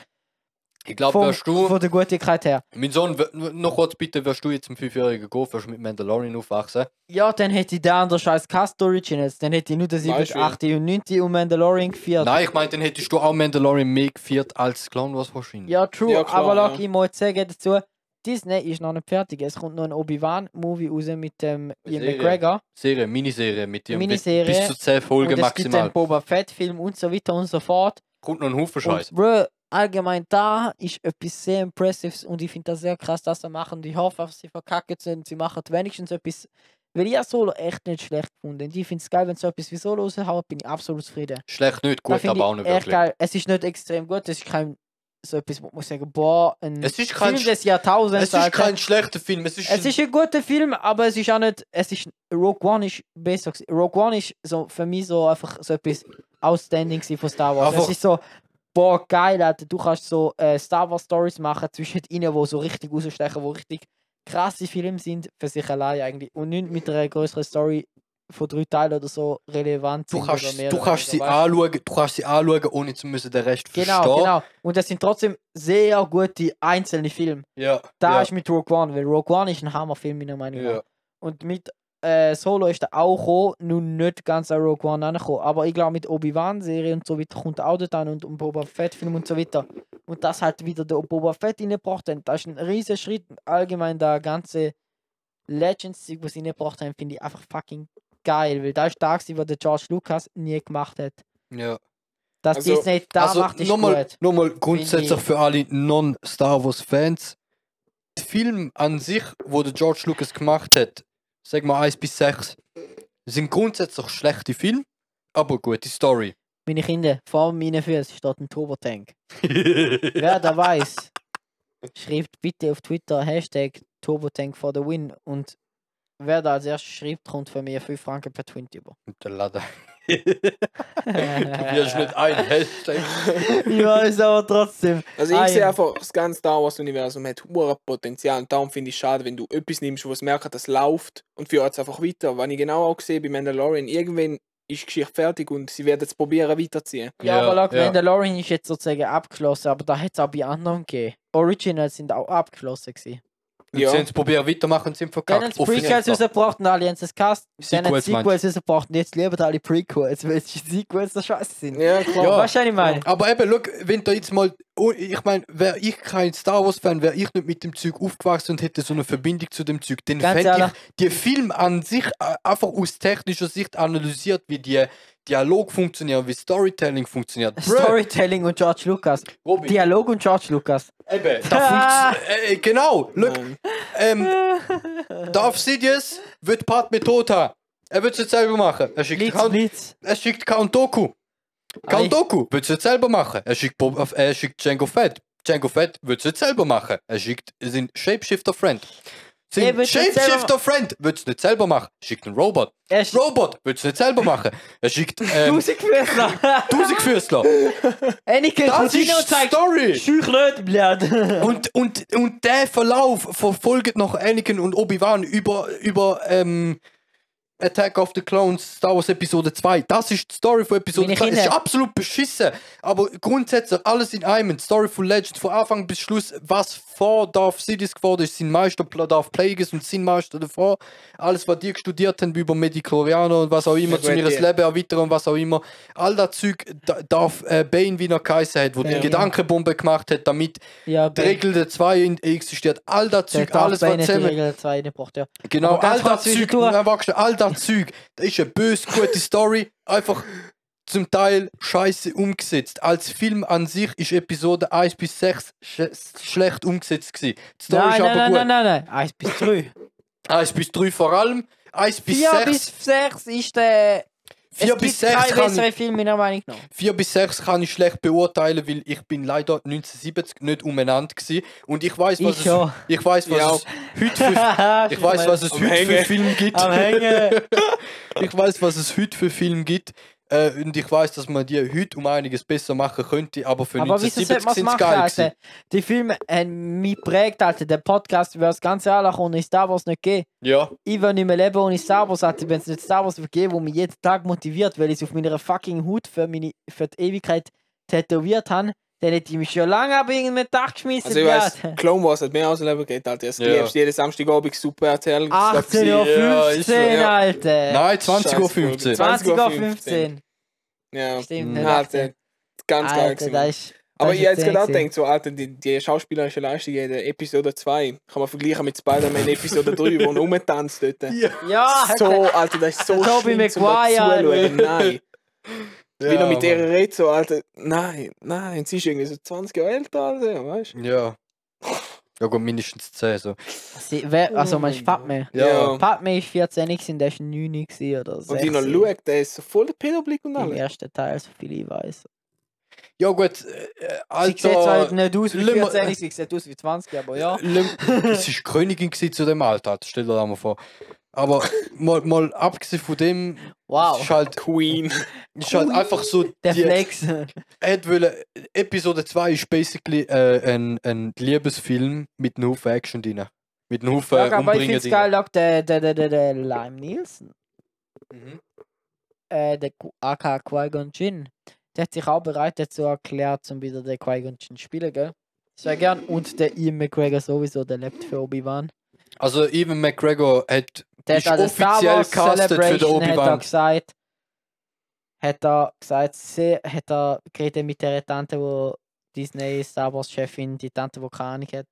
ich glaube, Vom- wärst du, Von der Gutigkeit her. mein Sohn, w- noch kurz bitte, wärst du jetzt im Fünfjährigen gehen, wärst du mit Mandalorian aufwachsen. Ja, dann hätte ich da an der scheiß Cast Originals. Dann hätte ich nur den 7, Beispiel. 8 und 9 und Mandalorian gefeiert. Nein, ich meine, dann hättest du auch Mandalorian mehr gefeiert als Clone Wars wahrscheinlich. Ja, true. Ja, klar, aber look, ja. ich muss sagen dazu, Disney ist noch nicht fertig. Es kommt noch ein Obi-Wan-Movie raus mit dem Ian Serie. McGregor. Serie, Miniserie mit dir. Miniserie. Bis zu 10 Folgen und es gibt maximal. einen Boba Fett-Film und so weiter und so fort. Kommt noch ein Haufen Scheiß. Und, bro, allgemein da ist etwas sehr Impressives und ich finde das sehr krass, dass sie machen. Und Ich hoffe, dass sie verkackt sind. Sie machen wenigstens etwas. Weil ich habe Solo echt nicht schlecht gefunden. Und ich finde es geil, wenn so etwas wie Solo raushaut, bin ich absolut zufrieden. Schlecht nicht, Da gut, find aber ich auch nicht echt wirklich. Geil. Es ist nicht extrem gut, es ist kein so etwas, wo man sagen, boah, ein Es ist kein Sch- Film des Jahrtausends. Es ist Alter. kein schlechter Film, es ist, Es ist ein guter Film, aber es ist auch nicht. Es ist, Rogue One ist besser. gewesen. Rogue One ist so für mich so einfach so etwas Outstanding gewesen von Star Wars. Einfach- Es ist so, boah, geil, Alter. Du kannst so äh, Star Wars Stories machen zwischen ihnen, wo so richtig rausstechen, wo richtig krasse Filme sind für sich allein eigentlich. Und nicht mit einer größeren Story von drei Teilen oder so relevant du sind oder kannst, mehr du oder kannst sie weniger, weißt anschauen, du kannst sie anschauen, ohne zu müssen den Rest du? Genau, verstehen. genau. Und das sind trotzdem sehr gute einzelne Filme. Ja, Da ja, ist mit Rogue One, weil Rogue One ist ein Hammerfilm meiner Meinung nach. ja. Und mit äh, Solo ist er auch gekommen, nun nicht ganz an Rogue One angekommen. Aber ich glaube, mit Obi-Wan-Serie und so weiter kommt er auch dort an und um Boba Fett-Film und so weiter. Und das halt wieder der Boba Fett reingebracht haben. Das ist ein riesiger Schritt. Und allgemein der ganze legends sieg was sie reingebracht haben, finde ich einfach fucking geil. Weil das ist das, gewesen, was der George Lucas nie gemacht hat. ja. Dass Also- Disney da also macht, ist nochmal, gut. nochmal grundsätzlich Finde für alle Non-Star Wars-Fans. Der Film an sich, wo der George Lucas gemacht hat, sagen wir 1 bis 6, sind grundsätzlich schlechte Filme, aber gute Story. Meine Kinder, vor meinen Füßen steht ein Turbotank. Wer da weiß, schreibt bitte auf Twitter Hashtag TurboTank for the win und wer da als erstes schreibt, kommt von mir 5 Franken per Twint über. Und der Laden. Du wirst nicht ein Hashtag. ich weiß aber trotzdem. Also ich Ah, sehe ja. einfach, das ganze Star Wars Universum hat hohes Potenzial und darum finde ich es schade, wenn du etwas nimmst, wo es merkt, das läuft und führt es einfach weiter. Wenn ich genau auch sehe, bei Mandalorian, irgendwann ist die Geschichte fertig und sie werden es probieren weiterziehen. Ja, Ja, aber look, ja. Mandalorian ist jetzt sozusagen abgeschlossen, aber da hätte es auch bei anderen gegeben. Originals sind auch abgeschlossen gewesen. Und Ja. sie haben es probiert weitermachen und sind Dann verkackt. haben sie Prequels Offensichtlich. rausgebracht und alle haben es gecast. Dann haben Sequels sie meinst Sequels rausgebracht und jetzt lieben alle Prequels, weil die Sequels der Scheiße sind. Ja, klar. Ja. Weißt du, was ich meine? Aber eben, schau, wenn da jetzt mal. oh, Ich meine, wäre ich kein Star Wars-Fan, wäre ich nicht mit dem Zeug aufgewachsen und hätte so eine Verbindung zu dem Zeug, dann Ganz fände ehrlich. ich die Film an sich äh, einfach aus technischer Sicht analysiert, wie die Dialog funktionieren, wie Storytelling funktioniert. Bruh, Storytelling und George Lucas. Robin, Dialog und George Lucas. eben, da funktio- äh, genau, look, Nein. ähm, Darth Sidious wird Part mit Tota. Er wird es jetzt selber machen. Er schickt Blitz, Count, Blitz. er schickt Count Doku. Ei. Count Doku wird es jetzt selber machen. Er schickt, Bob, äh, er schickt Django Fett. Django Fett wird es jetzt selber machen. Er schickt seinen Shapeshifter Friend. Er Sein wird's nicht selber- Shapeshifter Friend wird es nicht selber machen. Er schickt einen Robot. Er ist Robot wird es nicht selber machen. Er schickt ähm, Musikfressler. Tausendfüßler. Anakin Das kommt rein und ist die zeigt, Story. schüch nicht, blöd. Und, und, und der Verlauf verfolgt noch Anakin und Obi-Wan über, über ähm, Attack of the Clones, Star Wars Episode 2. Das ist die Story von Episode Meine 2. Ist Kinder. absolut beschissen. Aber grundsätzlich alles in einem. Die Story von Legend, von Anfang bis Schluss, was vor Darth Sidious geworden ist, sein Meister Pla- Darth Plagueis und sein Meister davor. Alles, was die studiert haben über Mediclorianer und was auch immer, Ja, zu gut, ihres die- Leben erweitern und was auch immer. All das Zeug, da- Darth äh, Bane, wie er geheißen hat, wo Ja. die Gedankenbombe gemacht hat, damit Ja, die Regel der 2 in- existiert. All das Zeug, alles was nicht die zusammen. Regel 2 braucht, ja. Genau, Aber ganz all das kurz Zeug, zwischendurch. nein, warte, all das Zeug. Das ist eine böse, gute Story, einfach zum Teil scheiße umgesetzt. Als Film an sich ist Episode 1 bis 6 sch schlecht umgesetzt. Gewesen. Die Story Nein, ist aber nein, nein, gut. nein, nein, nein. 1 bis 3. 1 bis 3 vor allem, 1 bis 4 bis 6. 6 ist der... 4 es bis gibt 6 keinen kann, besseren Film, meiner Meinung nach. 4 bis 6 kann ich schlecht beurteilen, weil ich bin leider 1970 nicht umeinander war. Und ich weiß, was Ich es, ja. ich weiß, was Ja. es heute für Ich weiß, was es Am heute für Hängen. Filme gibt. Am Hängen. ich weiß, was es heute für Filme gibt. Äh, und ich weiß, dass man die heute um einiges besser machen könnte, aber für Aber wieso sollte 1970 man es sind es machen, geil. Alter? gewesen. Die Filme haben mich geprägt, Alter. Der Podcast wäre das ganze Jahr lang ohne Star Wars nicht gegeben. Ja, Ich will nicht mehr leben ohne Star Wars, Alter. Wenn es nicht Star Wars gegeben wo mich jeden Tag motiviert, weil ich es auf meiner fucking Haut für, meine, für die Ewigkeit tätowiert habe, dann hätte ich mich schon lange ab irgendeinem Tag geschmissen. Also ich Blatt. weiss, Clone Wars hat mehr ausleben geht, Alter. Es Ja. liebst jeden Samstagabend super RTL. 18 Uhr Ja, ist so, 15, ja. Alter. nein, 20.15 Uhr. 20 Uhr 15. 15. Ja, Stimmt, Mhm. nicht Ja, 18. Alter. Ganz geil Alter, gewesen. da ist. Aber das ich ist hätte gerade auch zehn gedacht, so, Alter, die, die schauspielerische Leistung in der Episode 2 kann man vergleichen mit Spider-Man Episode 3, wo er rumtanzt dort. gewesen. Ja, So, Alter, das ist so Der Ah, Tobey schlimm, um Maguire, da zuzuschauen. Nein. Ja, Wie er mit Mann. ihrer redet, so, Alter, nein, nein, sie ist irgendwie so 20 Jahre älter, Alter, weißt du? Ja. Ja, gut, mindestens 10 so. Sie, wer, also, mein Oh mein Padme. Ja. Padme ist 14 gewesen, der ist 9 gewesen oder so. Und die noch schaut, der ist so voll der Pädoblick und Im alles. ersten Teil, so viel ich weiß. Ja, gut, äh, äh, Sie sieht halt Alter. nicht aus wie Lümmer- 14, sie sieht aus wie 20, aber ja. Es ist Königin gewesen zu dem Alter, Alter, stell dir das mal vor. Aber mal, mal abgesehen von dem, es ist Wow. halt, Queen. es ist halt einfach so Der die- Flex. er hat wollen, Episode 2 ist basically äh, ein, ein Liebesfilm mit einem Haufen Action drin. Mit einem Haufen Sag, aber ich Umbringen find's drin. geil, auch der, der, der, der, der Lime Nielsen, Mhm. äh, der Qu- aka Qui-Gon Jinn, der hat sich auch bereit dazu erklärt, zum wieder den Qui-Gon Jinn zu spielen, gell? Sehr gern. Und der Ian McGregor sowieso, der lebt für Obi-Wan. Also Evan McGregor hat Der Ist hat an der Star offiziell Wars castet für den Celebration hat er Obi-Wan. gesagt, hat er gesagt, sie, hat er geredet mit der Tante, wo Disney Star Wars Chefin, die Tante, wo keine Ahnung hat.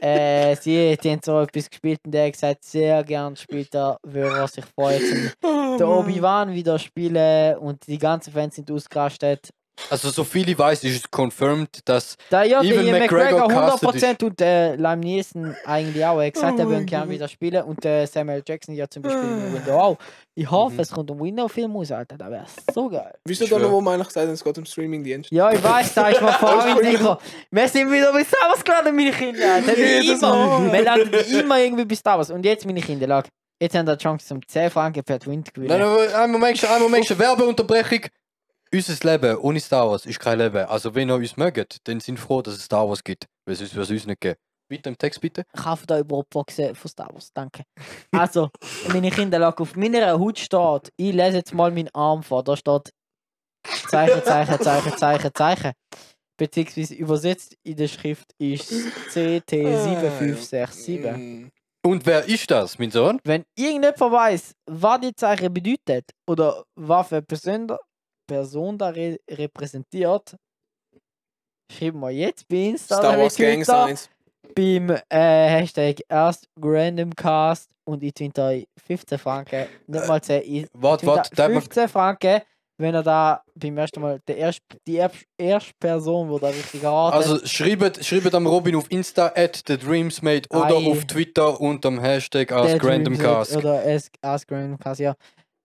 äh, sie die haben so etwas gespielt und der hat gesagt, sehr gern spielt er, würde er sich freuen. Oh, Der Mann. Obi-Wan wieder spielen und die ganzen Fans sind ausgerastet. also so viel ich weiß, ist es confirmed, dass Da ja, der Ewan Ian McGregor McGregor castet 100% und äh, Liam Neeson eigentlich auch. Er hat gesagt, Oh er würde mein gerne Gott. wieder spielen und äh, Samuel Jackson ja zum Beispiel im Ah. Window auch. Ich hoffe, Mhm. es kommt ein Window-Film raus, Alter. Das wäre so geil. Wisst ihr Ich schwör. dann noch, wo man eigentlich sagt, es geht um Streaming-Dienst? Ja, ich weiß, da ist mir vorhin Entschuldigung. gekommen. Wir sind wieder bei Star Wars gelandet, meine Kinder. Das ist Jedes immer. Mal. Wir landen immer irgendwie bei Star Wars. Und jetzt, meine Kinder, schau, jetzt haben wir die Chance zum 10 Franken per Twint gewinnen. Nein, nein, nein, einen Moment, schon, einen Moment, schon. Werbeunterbrechung. Unser Leben ohne Star Wars ist kein Leben. Also wenn ihr uns mögt, dann sind froh, dass es Star Wars gibt. Weil sonst würde es uns nicht geben. Weiter im Text bitte. kauft euch Brotboxen von Star Wars. Danke. Also, meine Kinder, schau, auf meiner Haut steht, ich lese jetzt mal meinen Arm vor, da steht Zeichen, Zeichen, Zeichen, Zeichen, Zeichen. beziehungsweise übersetzt in der Schrift ist CT7567. Mm. Und wer ist das, mein Sohn? Wenn irgendjemand weiß, was die Zeichen bedeutet oder was für eine Person, da- Person da re repräsentiert, schreiben wir jetzt bei Insta Star oder bei Wars Gang Twitter, Signs. beim äh, Hashtag erst randomcast und ich twinte euch 15 Franken, nicht mal 10, ich Warte, Twitter, warte, darf man- 15 Franken, wenn er da beim ersten Mal der erst, die erst, erste Person, wo da richtig hart Also schreibt, schreibt am Robin auf Insta at TheDreamsMate oder Ei. auf Twitter unter dem Hashtag AskRandomCast. oder Ask, Ask Random Cast, ja.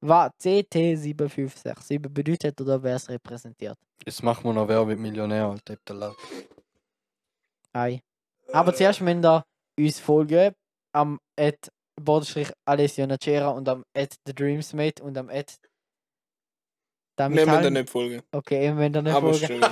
Was CT7567 bedeutet oder wer es repräsentiert. Jetzt machen wir noch Werbung mit Millionär, Alter. habt ihr laut. Ei. Aber zuerst müsst ihr uns folgen am at Bodenstrich Alessio Nacera und am at The Dreamsmate und am at Wir damit müssen da haben- nicht folgen. Okay, ihr müsst ihr nicht Aber folgen. schön.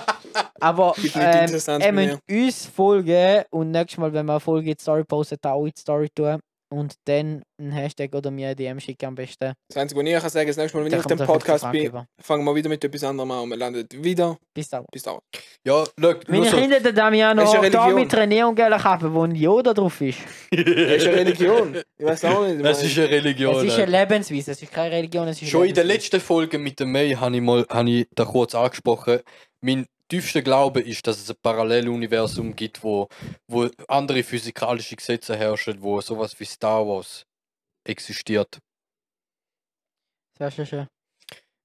Aber Ist nicht ähm, interessant ihr bei müsst uns folgen und nächstes Mal, wenn wir eine Folge in die Story postet, auch in die Story tun und dann einen Hashtag oder mir eine DM schicken am besten. Das Einzige, was ich kann sagen, ist, das nächste Mal, wenn ich Dann auf kommt dem der 50 Podcast Franken bin, über. fangen wir wieder mit etwas anderem an und wir landen wieder. Bis dann. Bis dann. Ja, schau, nur Meine so. Kinder, der Damiano, Das ist eine da Religion. mit René und Gela Kappe, wo ein Yoda drauf ist. Das ist eine Religion. Ich weiß auch nicht. Es ich ist eine Religion. es ist Alter. eine Lebensweise, es ist keine Religion, es ist Schon in der Lebensweise. letzten Folge mit dem May habe ich, mal, habe ich da kurz angesprochen. Mein tiefster Glaube ist, dass es ein Paralleluniversum gibt, wo, wo andere physikalische Gesetze herrschen, wo sowas wie Star Wars existiert. Sehr schön, schön.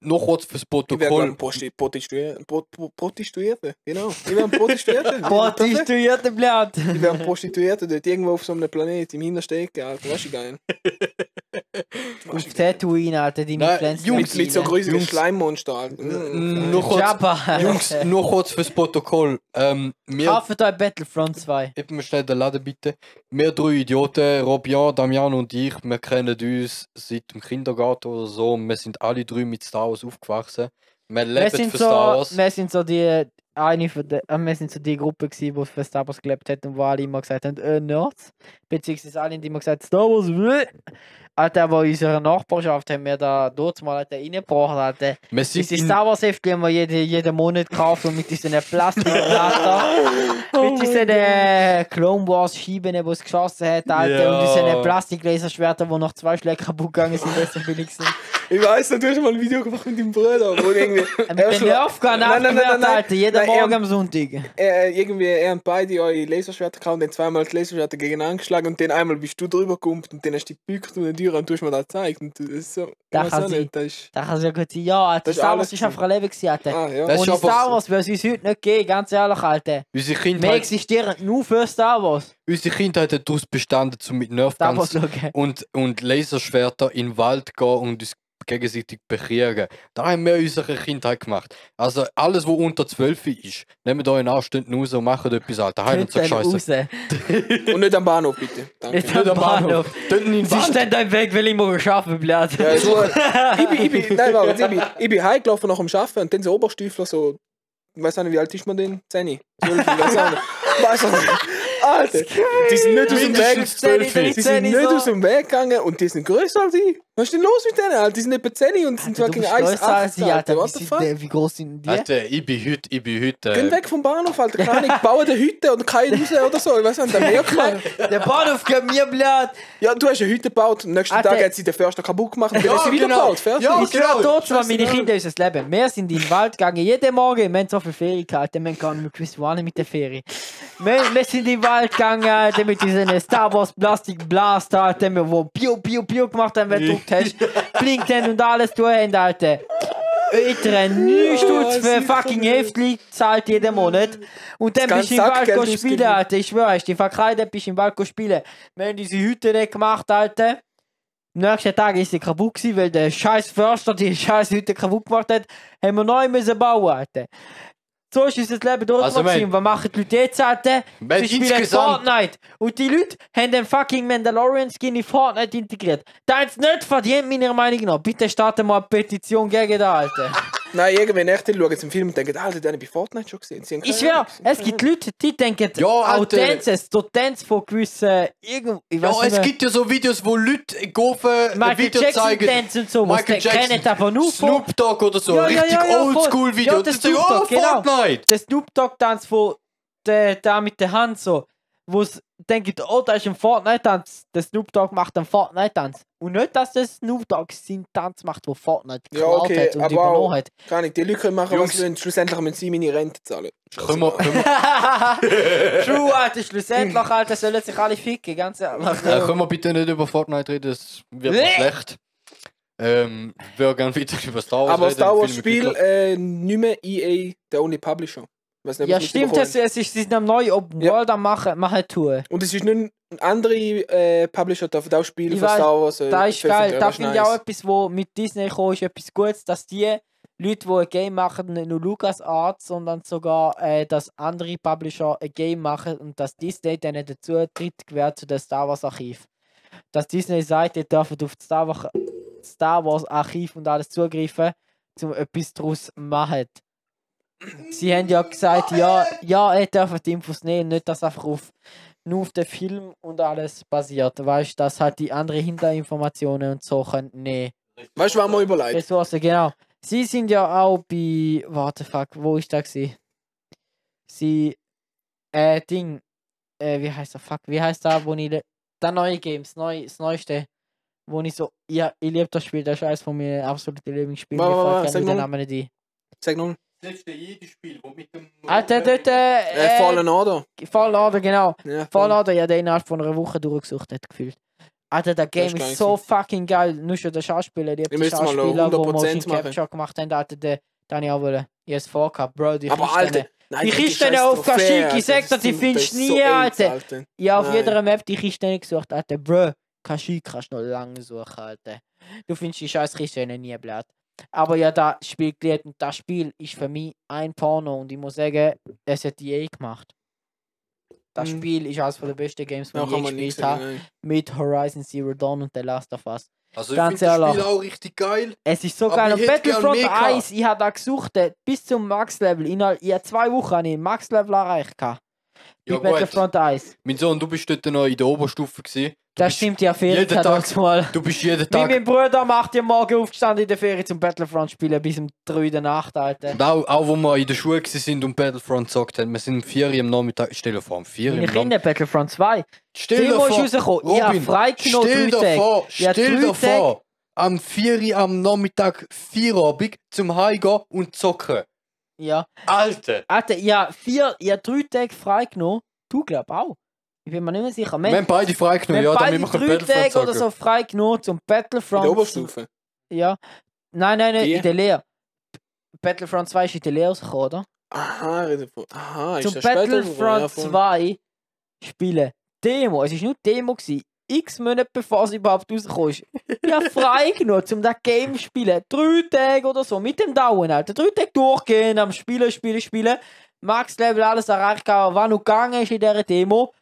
Noch kurz fürs wäre gerne ein Protokoll. Posti- Prostituier- Pro- Pro- Prostituierter. Genau. Ich wäre ein Prostituierter. Prostituierte Blatt. Ich wäre ein Prostituierter dort irgendwo auf so einem Planeten im Hinterstecken. Alter, weißt du geil. Auf Tatooine, Alter, die mit Nein, Pflanzen. Jungs, Mit, mit so gruseligen Jungs. Schleimmonster. Alter. Äh, N- Mm, Noch kurz, Jabba. Jungs, nur kurz fürs Protokoll. Ähm, wir, Kauft euch Battlefront 2. eben schnell den Laden bitte. Wir drei Idioten, Robian, Damian und ich, wir kennen uns seit dem Kindergarten oder so. Wir sind alle drei mit Star Wars aufgewachsen. Wir Wir leben für sind, so, Star Wars. wir sind so die eine von der, äh, wir sind so die Gruppe gewesen, die für Star Wars gelebt hat und wo alle immer gesagt haben, äh, Nerds. Beziehungsweise alle haben immer gesagt, Star Wars, bleh. Alter, aber in unserer Nachbarschaft haben wir da dort mal Alter, reingebracht, Alter. Wir Die sind in- Star Wars Heft, die haben wir jeden, jeden Monat gekauft und mit diesen Plastikblättern, mit diesen äh, Clone Wars Schieben, die es geschossen hat, Alter, und Ja. diesen äh, Plastiklaserschwertern, wo noch zwei Schläge kaputt gegangen sind, weil sie billig sind. Ich weiß, du hast mal ein Video gemacht mit deinem Bruder, wo irgendwie. Mit er den schla- Nerfgun Nein, nein, nein, nein, abgewehrt, nein. Alter, jeden Nein, er- Morgen am Sonntag. äh, irgendwie, er und beide eure Laserschwerter kamen, dann zweimal die Laserschwerter gegeneinander geschlagen und dann einmal bist du drüber gekumpft und dann hast du dich gebückt und den Tür und du hast mir das gezeigt. Und das ist so. Da ich kann weiß auch sie- nicht, das ist. Da kann es ja gut sein, ja, Alter, Das ist Star alles Wars ist einfach ein Leben gewesen, Alter. Ah, ja. Das ist Ohne aber Star so- Wars würde es uns heute nicht gehen, ganz ehrlich, Alter. Unsere Halt. Wir Kindheit, existieren nur für Star Wars. unsere Kindheit hat daraus bestanden, zu mit Star Nerfguns Wars schauen. und, und Laserschwerter in den Wald gehen und uns gegenseitig bekriegen. Da haben wir unsere Kindheit gemacht. Also alles, was unter 12 ist, nehmt euch in Anständen raus und macht etwas an. Da haben uns Könnt ihr raus. gescheiße. Sie Und nicht am Bahnhof, bitte. Danke. Nicht am Bahnhof. Dort in den Wald. stehen da im Weg, weil ich morgen arbeiten bleibe. Ja, ist gut. ich bin, ich bin, nein, warte, ich bin, ich bin heimgelaufen nach dem Arbeiten und dann so Oberstiefler, so. Ich weiß auch nicht, wie alt ist man denn? 10? 12? Ich weiß auch nicht. Weiß auch nicht. Alter, die sind nicht aus dem Weg. Mindestens 12. Die sind nicht aus dem Weg gegangen und die sind größer als ich. Was ist denn los mit denen? Alter? Die sind nicht 10 und sind Du bist fucking 1,80. größer als ich, Alter. What Wie the sind fuck? die- Wie groß sind die? Alter, ich bin heute, ich bin heute. Gehen äh, weg vom Bahnhof, Alter. Keine Ahnung, bauen eine Hütte und keine raus oder so. Ich weiß nicht, dann merkt man. Der Bahnhof gehört mir, Blatt. Ja, du hast eine Hütte gebaut, am nächsten Alter. Tag hat sie den Förster kaputt gemacht und dann Ja, hat sie wieder genau. gebaut. Fertig. Ja. Ich schwör genau. tot, zwar meine Kinder ist das Leben. Wir sind in den Wald gegangen, jeden Morgen. Wir haben so viel Ferien gehabt, wir haben gar nicht mehr gewusst, wo hin mit der Ferie. Wir, wir sind in den Wald gegangen, Alter, mit diesen Star Wars Plastik Blaster, Alter, wir- wo Piu, Piu, Piu gemacht haben, wenn du gedrückt hast, blinkt haben und alles tun haben, Alter. Ältere 9 Stutz für sicher fucking Häftling zahlt jeden Monat. Und dann Das bist du im ganze Wald Sackgeld go spielen, ausgegeben. Alter. Ich schwöre, ich die verkreidet, bist im Wald go spielen. Wir haben diese Hütte nicht gemacht, Alter. Am nächsten Tag ist sie kaputt gewesen, weil der scheiß Förster die scheiß Hütte kaputt gemacht hat. Haben wir neu müssen bauen, Alter. So ist unser Leben Also, durchgekommen. mein- Was machen die Leute jetzt, Alter? Mein Sie spielen insgesamt- Fortnite. Und die Leute haben den fucking Mandalorian-Skin in Fortnite integriert. Da hat's nicht verdient, meiner Meinung nach. Bitte starten mal eine Petition gegen das, Alter. Nein, irgendwann echt schauen sie einen Film und denken, Alter, den habe ich bei Fortnite schon gesehen. Sie haben Ich keine schwör, Ahnung. es gibt Leute, die denken, Ja, auch Alter. Tänze, so Tänze von gewissen. Irgend, ich Ja, weiß nicht es mehr. gibt ja so Videos, wo äh, Leute Gofen Michael Videos Jackson zeigen. Tänze und so. Michael Jackson, Kennt aber nur von. Snoop Dogg oder so. Ja, ja, Richtig ja, ja, voll. Oldschool-Video. Ja, Und das dann sagen, Snoop oh, Dogg, genau. Fortnite! Der Snoop Dogg-Tanz von der, der mit der Hand so. Wo es denkt, oh, da ist ein Fortnite-Tanz. Der Snoop Dogg macht einen Fortnite-Tanz. Und nicht, dass der Snoop Dogg seinen Tanz macht, wo Fortnite Ja, geklaut okay, hat und aber übernommen auch- hat. Keine Ahnung, die Leute können machen, was Jungs. sie wollen. Schlussendlich müssen sie meine Rente zahlen. Können wir, können wir, True, Alter, schlussendlich, Alter, sollen sich alle ficken, ganz ehrlich. äh, können wir bitte nicht über Fortnite reden? Das wird mir Nee. schlecht. Ähm, ich würde gerne wieder über Star Wars Also, Aber reden. Star Wars Filme mit Spiel Hitler. äh, nicht mehr EA, der Only Publisher. Ich Weiss nicht, ob Ja, ich's stimmt, mitbekommen es, es ist, sie sind am neuen Open Ja. World am machen, machen tun. habt. Und es ist nicht ein anderer äh, Publisher, der das Spiel Ich von weiss, Star Wars äh, Da ist geil, da das finde ich auch etwas, wo mit Disney kam, ist etwas Gutes, dass die Leute, die ein Game machen, nicht nur LucasArts, sondern sogar, äh, dass andere Publisher ein Game machen und dass Disney denen den Zutritt gewährt zu dem Star Wars Archiv. Dass Disney sagt, ihr dürft auf das Star Wars, Star Wars Archiv und alles zugreifen, um etwas daraus zu machen. Sie haben ja gesagt, ja, ja, ihr dürft die Infos nehmen, nicht, dass einfach auf nur auf den Film und alles basiert. Weißt du, dass halt die anderen Hinterinformationen und so können nehmen. Weißt du, was man überlegt? Ressourcen, genau. Sie sind ja auch bei. Warte, fuck, wo ist da gsi? Sie. Äh, Ding. Äh, wie heißt der fuck? Wie heißt da, wo ich. le- Das neue Game, das, neue, das neueste. Wo ich so. Ja, ich liebe das Spiel, das ist eines von meinen absoluten Lieblingsspielen. Wa- Mir wa- wa- gefällt sag gerade nur mal. der Name nicht ein. Sag nochmal. Das letzte Jedi-Spiel, wo mit dem. Alter, dort. Äh, Äh, Fallen Order. Fallen Order, genau. Ja, Fallout ja den innerhalb von einer Woche durchgesucht hat gefühlt. Alter, der Game ist geil ist so fucking geil. Nur schon der Schauspieler, die Ihr die müsst mal Schauspieler, die 100% Motion machen. Capture gemacht haben, Alter, den den ich auch wollen. Ich hab's vorgehabt, Bro, die Aber Kiste- Alter, nein, Die Kisten scheiß auf Trophäe, Kashyyyk, ich Alter, das sag dir, die ist- das ist findest du so nie, AIDS, Alter. Ich habe auf Nein. jeder Map die Kiste nicht gesucht, Alter, Bro. Kashyyyk kannst du noch lange suchen, Alter. Du findest die scheiß Kiste nie, blöd. Aber ja, das Spiel geliebt und das Spiel ist für mich ein Porno und ich muss sagen, es hat EA gemacht. Das Mhm. Spiel ist eines der besten Games, die Da ich je kann man nichts gespielt habe sagen. nein. mit Horizon Zero Dawn und The Last of Us. Also, ich Ganz finde das Spiel ehrlich. auch richtig geil. Es ist so Aber geil. ich Und hätte gern Battlefront mehr gehabt. 1, ich habe da gesucht, äh, bis zum Max-Level. Innerhalb in zwei Wochen habe ich Max-Level erreicht. gehabt. Ja, mit gut. Battlefront 1. Mein Sohn, du bist dort noch in der Oberstufe. Gewesen. Das bist stimmt ja viel. jeden Tag- Mal. Du bist jeden Wie Tag. mein Bruder macht ja morgen aufgestanden in der Ferie zum Battlefront spielen bis um 3 in der Nacht, Alter. Und auch, auch wo wir in der Schule gewesen sind und Battlefront gesagt haben, wir sind um 4 Uhr am Nachmittag. Stell dir vor, um 4 Uhr Meine am Nachmittag. Kinder Battlefront 2. Stell Timo ist rausgekommen. Ich habe Robin, Freikino stell 3 dir Tage. vor, Ja, stell drei dir vor, am 4 Uhr am Nachmittag, 4 Uhr Abend, zum Heim gehen und zocken. Ja. Alter! Alter, ich habe vier, ich habe drei Tage freigenommen. Du glaubst auch. Ich bin mir nicht mehr sicher. Wir haben beide freigenommen, Wir ja, haben damit beide wir können drei Battlefront Tage oder zocken. so frei genommen zum In Battlefront. der Oberstufe. Ja. Nein, nein, nein, Die? in der Lehre. Battlefront 2 ist in der Lehre rausgekommen, oder? Aha, reden von. Aha, ist zum das später geworden? Ja, Battlefront voll. 2 spielen. Demo. Es war nur Demo. Gewesen. X Monate bevor es überhaupt rausgekommen ist. Ich habe frei genommen, um das Game zu spielen. Drei Tage oder so, mit dem Dauern, Alter. Drei Tage durchgehen, am Spielen, Spielen, Spielen. Max Level, alles erreicht, gehabt, was noch gegangen ist in dieser Demo.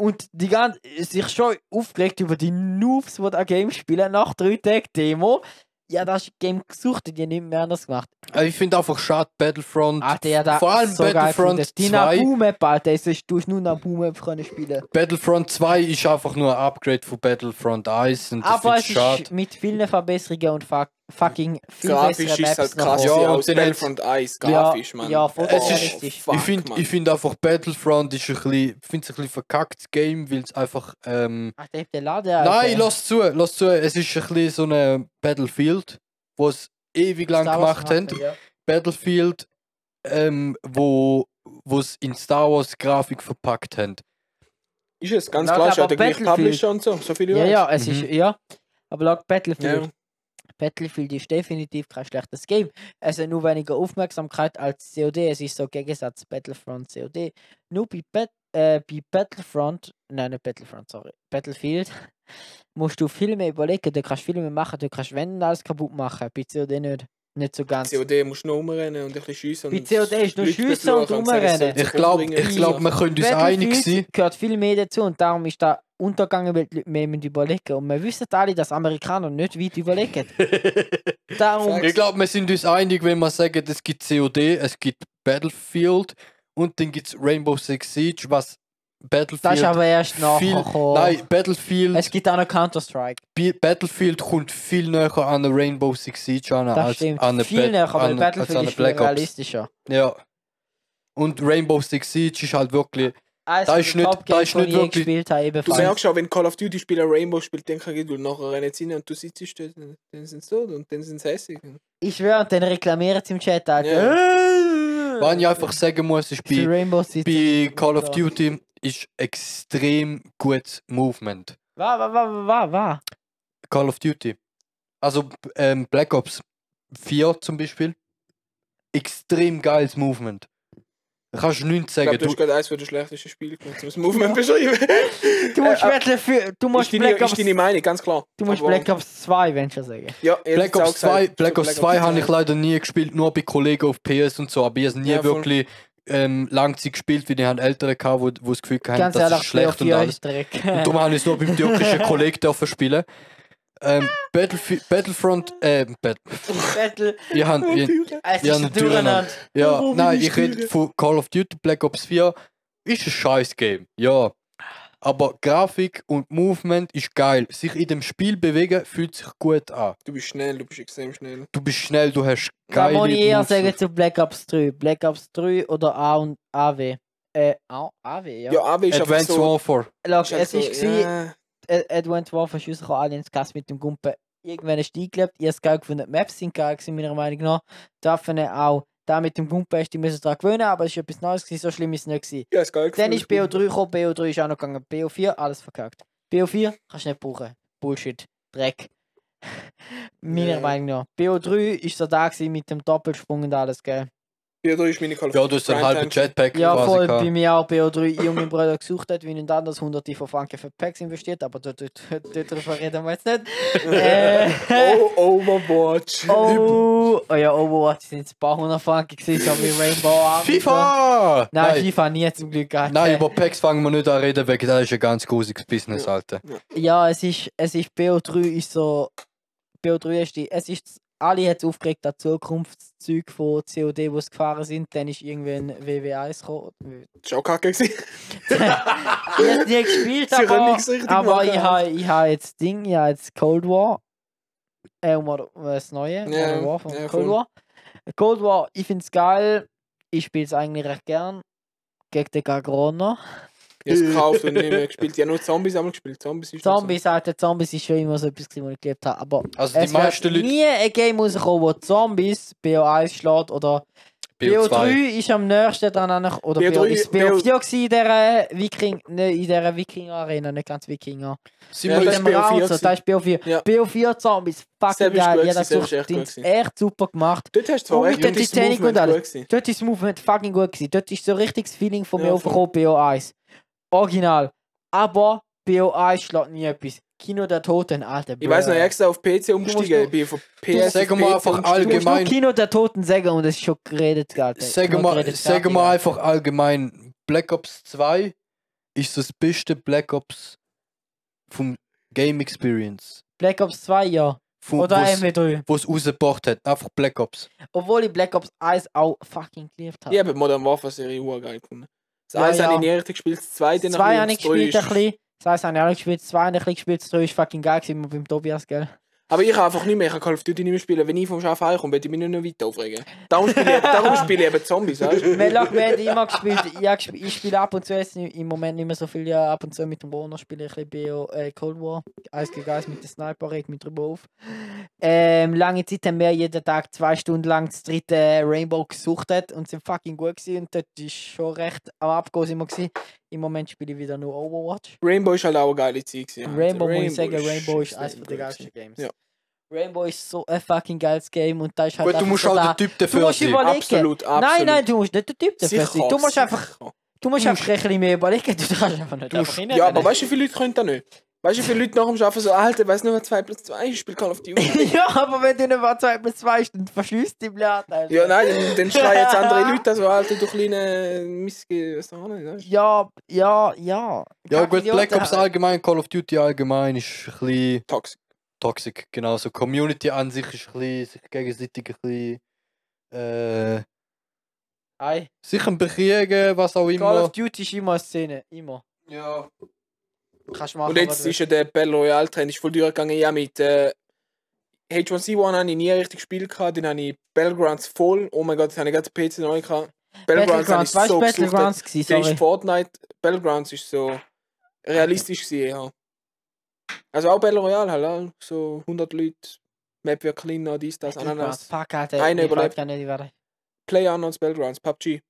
Und die ganze, sich schon aufgeregt über die Noobs, die das Game spielen, nach drei Tagen Demo. Ja, das Game gesucht und die haben nicht mehr anders gemacht. Äh, Ich finde einfach schade, Battlefront. Alter, ja, Ah, da vor allem so Battlefront geil 2. Die Nabu-Map, Alter, es ist, du hast nur Nabu-Map können spielen. Battlefront 2 ist einfach nur ein Upgrade von Battlefront 1 und das Aber finde ich es schade. ist mit vielen Verbesserungen und fuck, fucking viel Grafisch besseren ist es Maps halt noch krass, Ja, ja, und aus dann hat's- Battlefront 1, Ja, grafisch, man. ja, voll Es realistisch. ich finde man. ich find einfach Battlefront ist ein bisschen, find's ein bisschen verkacktes Game, weil es einfach. Ähm, Ach, Ah, der hat den Laden, Alter. Nein, lass zu, lass zu. Es ist ein bisschen so ein Battlefield, wo es ewig lang Star Wars gemacht haben. Ja. Battlefield, ähm, wo wo es in Star Wars Grafik verpackt haben. Ist es, ganz Ja, klar, ist ja aber der gleiche Battlefield- Publisher und so, so viele ja, Leute. ja, es Mhm. ist, ja. Aber lag Battlefield. Ja. Battlefield ist definitiv kein schlechtes Game. Es hat nur weniger Aufmerksamkeit als COD. Es ist so im Gegensatz Battlefront COD. Nur bei, Bat äh, bei Battlefront, nein, nicht Battlefront, sorry, Battlefield musst du viel mehr überlegen. Du kannst viel mehr machen. Du kannst Wände und alles kaputt machen. Bei COD nicht. Nicht so ganz. COD musst du noch rumrennen und ein bisschen schiessen. Bei und COD ist nur Leute schiessen befluchen und sagen, es soll rumrennen. sich Ich glaube, umbringen. ich glaub, wir können uns einig sein. Battlefield gehört viel mehr dazu und darum ist da untergegangen, weil die Leute mehr müssen überlegen. Und wir wissen alle, dass Amerikaner nicht weit überlegen. Darum, Ich glaube, wir sind uns einig, wenn wir sagen, es gibt COD, es gibt Battlefield und dann gibt es Rainbow Six Siege, was Battlefield. das ist aber erst viel, nachher gekommen. Nein, Battlefield, Es gibt auch noch Counter-Strike. Bi- Battlefield kommt viel näher an eine Rainbow Six Siege an, Das als stimmt. an eine viel Bat- näher, aber an- als an Battlefield eine ist viel realistischer. Ja. Und Rainbow Six Siege ist halt wirklich. Eins Da von ist den nicht- Top da Games, ist die ich nicht je wirklich- gespielt habe, ebenfalls. Du merkst auch, wenn Call of Duty Spieler Rainbow spielt, dann kann du nachher rennen sie rein und du sitzt dort, und dann sind sie tot und dann sind sie hässig. Ich schwöre, und dann reklamieren sie im Chat, Alter. Was ich einfach sagen muss, ist Die bei, Rainbow Six. bei Call of Duty ist extrem gutes Movement. Wa, wa, wa, wa, wa, wa. Call of Duty. Also ähm, Black Ops 4 zum Beispiel. Extrem geiles Movement. Kannst du nichts Ich sagen. glaube, du Du, hast gerade eines von den schlechtesten Spielen gemacht, um das Movement beschreiben. Du musst Äh, äh, Battlefield, du musst ist deine, Black Ops, ist deine Meinung, ganz klar. du musst Aber- Black Ops 2, wenn ich schon sage. Ja, ich Black hätte es auch Ops 2, gesagt. Black So, Ops 2 habe ich leider nie gespielt, nur bei Kollegen auf PS und so, aber ich habe nie Ja, voll. wirklich ähm, langzeit gespielt, weil die haben Ältere gehabt, wo, wo das Gefühl hatten, Ganz das ehrlich, ist schlecht und 4 alles. ist Dreck. Und darum habe ich es nur beim türkischen Kollegen dürfen spielen. Ähm, Battlefi- Battlefront, äh, Bat Battle. ich hab, ich, Es Ja, ist ein natürlich. Durcheinander. ja, Warum nein, nicht ich rede spielen? von Call of Duty Black Ops 4, ist ein scheiß Game, ja. Aber Grafik und Movement ist geil. Sich in dem Spiel bewegen fühlt sich gut an. Du bist schnell, du bist extrem schnell. Du bist schnell, du hast Da geile muss ich eher Moves und sagen zu Black Ops 3. Black Ops 3 oder A und AW. Äh, A- AW, ja. Ja, aber ist einfach Advanced so... Warfare. Look, ist einfach es war, so, ja. ja. Advent Warfare Schuss Aliens Gas mit dem Gumpen. Irgendwann ist die eingelebt, ich habe es geil gefunden. Die Maps sind geil gewesen, meiner Meinung nach. Die Waffen auch. Da mit dem Gumpen ist, die müssen daran gewöhnen, aber es ist etwas Neues gewesen, so schlimm ist es nicht gewesen. Ja, ist geil. Dann gefühlt. ist BO3 gekommen, BO3 ist auch noch gegangen. BO4, alles verkackt. BO4 kannst du nicht brauchen. Bullshit. Dreck. Meiner Ja. Meinung nach. BO3 ist so da gewesen mit dem Doppelsprung und alles, gell? Ja, da ist meine Call of Ja, du hast einen Primetime halben Jetpack Ja, quasi voll, gehabt. bei mir auch BO3 junge Bruder gesucht hat, wie nicht anders hunderte von Franken für Packs investiert, aber dort- dort- dort- darüber reden wir jetzt nicht. Äh, Oh, Overwatch. oh, oh ja, Overwatch sind jetzt ein paar hundert Franken gewesen, so wie Rainbow Army. FIFA! Nein, Nein, FIFA nie zum Glück gehabt. Nein, über Packs fangen wir nicht an reden, weil das ist ein ganz grusiges Business, Ja. Alter. Äh, Ja, es ist, es ist BO3 ist so. BO3 ist die. Es ist. Alle hat es aufgeregt, das Zukunftszeug von COD, wo es gefahren sind. Dann ist irgendwann WW1 gekommen. Das war auch kacke. gewesen. Ich habe nie gespielt, Sie können aber, nichts richtig aber machen. ich habe ich ha jetzt Ding, ich habe jetzt Cold War. Äh, und war- war das neue. Modern War um von ja, Cold voll. War. Cold War, ich finde es geil. Ich spiele es eigentlich recht gern. Gegen den Gagroner. Ich habe es gekauft und nicht mehr gespielt. Ich habe nur Zombies einmal gespielt. Zombies ist noch Zombies, Alter, Zombies ist schon immer so etwas, gewesen, was ich geliebt habe. Aber Also die Es meisten wird Leute... nie ein Game rauskommen, wo Zombies BO1 schlägt oder BO2. BO3 ist am nächsten dran an oder BO3 BO, ist BO4 BO gewesen in dieser Viking, ne, in dieser Viking Arena, nicht ganz Wikinger. Sind Ja, wir Mit das jetzt- ist dem BO4 Raum, so, gewesen. da ist BO4. Ja. BO4 Zombies, fucking Selbst ist geil, gut ja gewesen, das selbst sucht, ist echt gut ist gewesen. echt super gemacht. Dort hast du zwar Und recht, mit der dort ist das Titanic und Movement alles. gut gewesen. Dort ist das Movement fucking gut gewesen, dort ist so richtig das Feeling von Ja, mir voll. aufgekommen, BO1. Original. Aber BO1 schlägt nie etwas. Kino der Toten, Alter. Ich weiß noch, bruh. ich extra auf PC umgestiegen. nur- Ich bin von Du PS sag auf mal PC einfach umgestiegen. Du musst nur allgemein... Kino der Toten sagen und es ist schon geredet, Alter. Sag Schon mal, geredet, sag fertig, mal Alter. einfach allgemein, Black Ops 2 ist das beste Black Ops vom Game Experience. Black Ops 2, ja. Von, Oder was, MW3. was rausgebracht hat. Einfach Black Ops. Obwohl ich Black Ops 1 auch fucking geliebt habe. Ich habe die Modern Warfare Serie auch geil gefunden. Das Ja, eins habe ja. ich nie richtig gespielt, das zweite noch Zwei nicht, habe ich das dritte gespielt, ein ist- bisschen. Das heißt, habe ich auch nicht gespielt, zwei habe ich ein bisschen gespielt, das 3 ist fucking geil gewesen, immer beim Tobias, gell? Aber ich kann einfach nicht mehr, ich kann Call of Duty nicht mehr spielen. Wenn ich vom Schaf heimkomme, werde ich mich nicht noch weiter aufregen. Darum spiele ich, darum spiele ich eben Zombies, weißt du? Wir lachen, wir haben immer gespielt, ich, hab gesp- ich spiele ab und zu jetzt nicht- im Moment nicht mehr so viel, ja, ab und zu mit dem Warner spiele ich ein bisschen BO, äh, Cold War, Eis gegen Eis mit der Sniper, regt mich drüber auf. Ähm, lange Zeit haben wir jeden Tag zwei Stunden lang das dritte Rainbow gesuchtet und sind fucking gut gewesen und dort ist schon recht am Abgehen immer gewesen. Im Moment spiele ich wieder nur Overwatch. Rainbow ist halt auch eine geile Zeit. gewesen, Alter. Rainbow, muss ich sagen, ist Rainbow ist extrem eines der gut geilsten gewesen. Games. Ja. Rainbow ist so ein fucking geiles Game und da ist halt Gut, du einfach musst so halt da- der Typ dafür musst sein. überle- Überlegen. Absolut, absolut. Nein, nein, du musst nicht der Typ dafür sein. Sicher, Du musst einfach sicher. Du musst Du einfach ein bisschen mehr überlegen, du kannst einfach nicht Du musst- einfach Ja, aber hinrennen. weißt du, wie viele Leute können das nicht? Weißt du, wie viele Leute nach dem Arbeiten so, Alter, weißt du nur, 2 plus 2 ich spiele Call of Duty? ja, aber wenn du nicht mal 2 plus 2 ist, dann verschließt die Blatt. Alter. ja, nein, dann, dann schreien jetzt andere Leute so, Alter, du kleine Missge... Was auch nicht, weißt Ja, ja, ja. Ja, Kack gut, Black Idioten. Ops allgemein, Call of Duty allgemein ist ein bisschen du? Toxic. toxic, genauso. Community an sich ist ein bisschen, sich gegenseitig ein bisschen, äh, Ei. sich am Bekriegen, was auch Call of immer. Duty ist immer eine Szene. Immer. Ja. Kannst machen. Und jetzt ist ja der Battle Royale Trend ist voll durchgegangen. Ja, mit äh, H1C1 habe ich nie richtig gespielt. Gehabt. Dann habe ich Battlegrounds voll. Oh mein Gott, jetzt habe ich gerade den PC neu gehabt. Battlegrounds, Battlegrounds. habe ich Weißt so du, gesuchtet. Battlegrounds gewesen, Dann ist sorry. Fortnite. Battlegrounds ist so realistisch gewesen, ja. Also auch Battle Royale halt, auch so 100 Leute. Map wird kleiner, dies, das, Battlegrounds. Ananas. Fuck, Alter. Einer ich überlebt. weiß gar nicht, ich werde- Player Unknowns Battlegrounds, PUBG.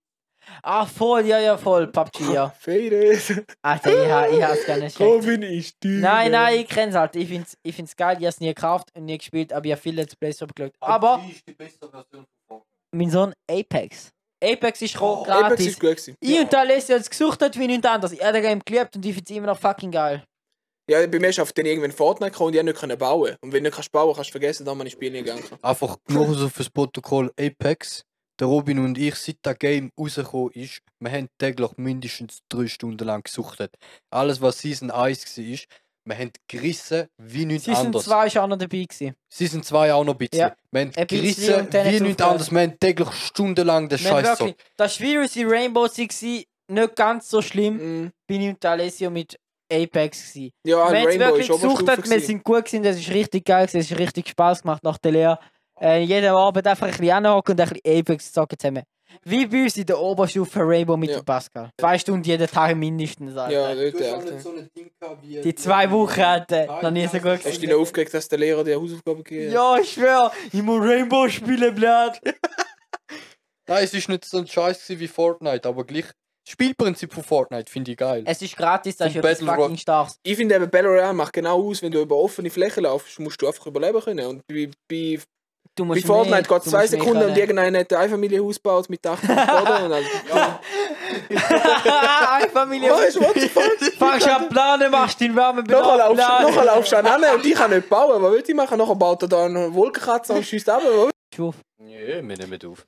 Ah, voll, ja, ja, voll. PUBG, ja. Fades. Alter, ich, ha- ich hab's gar nicht checkt. Robin ist die. Nein, nein, ich kenn's halt. Ich find's, ich find's geil, ich hab's nie gekauft und nie gespielt, aber ich hab viele Let's Plays abgeschaut. Aber ist die beste Version von mein Sohn Apex. Apex ist Oh, oh, Apex gratis. ist gut gewesen. ich und der Alessio hat's gesucht hat wie nichts anderes. Ich hab den Game geliebt und ich find's immer noch fucking geil. Ja, bei mir ist auf den irgendwann Fortnite gekommen und ich hab nicht können bauen. Und wenn du nicht kannst bauen, kannst du vergessen, dass man in Spiel nicht gehen kann. Einfach nur so fürs Protokoll Apex. Der Robin und ich, seit das Game rausgekommen ist, wir haben täglich mindestens drei Stunden lang gesuchtet. Alles, was Season 1 war, ist, wir haben gerissen wie nichts Season anderes. 2 ist auch noch dabei gewesen. Season 2 auch noch ein bisschen. Ja. Wir haben Ein bisschen gerissen und dann wie hat's nichts aufgehört. anderes. Wir haben täglich stundenlang den Wir haben Scheiß so. wirklich, das Virus in Rainbow Six war nicht ganz so schlimm, Mm. bin ich und der Alessio mit Apex gewesen. Ja, wir haben es Rainbow wirklich ist gesucht, Oberstufe hat, wir gewesen. sind gut gewesen, das ist richtig geil, gewesen, es hat richtig Spaß gemacht nach der Lehre. Äh, jeden Abend einfach ein bisschen anhocken und ein bisschen Apex zocken zusammen. Wie bei uns in der Oberstufe Rainbow mit Ja. dem Pascal. Zwei Stunden jeden Tag mindestens. Ja, Alter. dort, Alter. Die zwei Wochen, Alter, noch nie so Hast gut du dich noch aufgeregt, dass der Lehrer dir Hausaufgaben gegeben hat? Ja, ich schwör, ich muss Rainbow spielen, blöd. Nein, es ist nicht so ein Scheiß gewesen wie Fortnite, aber gleich. Das Spielprinzip von Fortnite finde ich geil. Es ist gratis, das ist Zum etwas Battle fucking Roy- starkes. Ich finde eben, Battle Royale macht genau aus, wenn du über offene Flächen laufst, musst du einfach überleben können. Und bei, bei, Du musst bei Fortnite mehr, geht du zwei musst mehr Sekunden können. und irgendeiner hat ein Einfamilienhaus gebaut mit 80 Boden und alles. Eine Familie. Weißt du, Oh, what the fuck? Fangst an planen, machst den Wärme Nachher laufst, nachher laufst du an und ich kann nicht bauen. Was will ich machen? Nachher baut er da einen Wolkenkratzer und schießt ab. Nee, wir nehmen auf.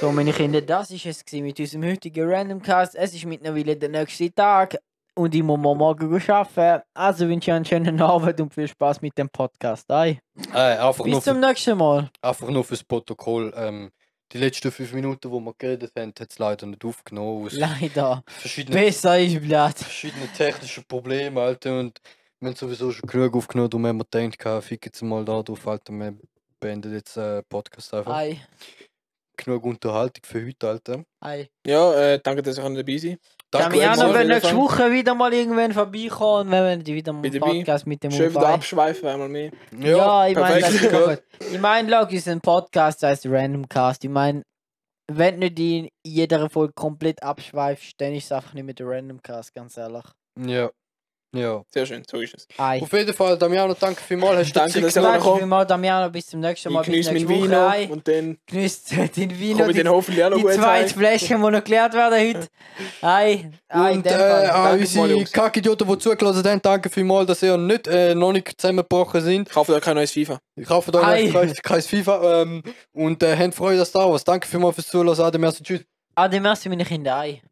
So, meine Kinder, das ist es gewesen mit unserem heutigen Randomcast. Es ist mittlerweile der nächste Tag und ich muss mal morgen arbeiten. Also wünsche ich einen schönen Abend und viel Spaß mit dem Podcast. Ei. Äh, einfach, nur Bis für, zum nächsten Mal. einfach nur fürs Protokoll. Ähm, die letzten fünf Minuten, wo wir geredet haben, hat es leider nicht aufgenommen. Aus Leider. verschiedenen, Besser ist Blatt. verschiedenen technischen Problemen, Alter. Und wir haben sowieso schon genug aufgenommen. Darum haben wir gedacht, okay, fick jetzt mal da drauf, Alter. Wir beenden jetzt äh, Podcast einfach. Ei. Genug Unterhaltung für heute, Alter. Ei. Ja, äh, danke, dass ihr dabei seid. vielmals. Damiano auf wird jeden nächste Fall. Woche wieder mal irgendwann vorbeikommen und wir werden die wieder mal Bin einen dabei. Podcast mit dem Schön wieder Umbau- abschweifen einmal mehr. Ja, ich meine, das perfekt. ist immer gut. Ich meine, Log ist ein Podcast, das heißt Randomcast. Ich meine, wenn du die in jeder Folge komplett abschweifst, dann ist es einfach nicht mehr der Randomcast, ganz ehrlich. Ja. Ja. Sehr schön, so ist es. Ei. Auf jeden Fall, Damiano, danke vielmals. Hast du Danke, Zeit dass ihr genommen? noch Danke kommt. vielmals, Damiano. Bis zum nächsten Mal. Ich Bis genieße nächste meinen Woche. Wein Ei. noch und dann Genießt den komme Wein. noch, ich dann Die, hoffentlich auch noch die gut zweite sein. Flasche, die noch geleert werden heute. Ei. Ei, in Und dem äh, Fall. an Danke unsere vielmals. Kackidioten, die zugelassen haben, danke vielmals, dass ihr nicht, äh, noch nicht zusammengebrochen sind. Ich hoffe, da kein neues FIFA. Ich kaufe da Ei. euch kein, kein FIFA ähm, und äh, habt Freude an Star Wars. Danke vielmals fürs Zuhören, Adam, merci, tschüss. Ade, merci, meine Kinder. Ei.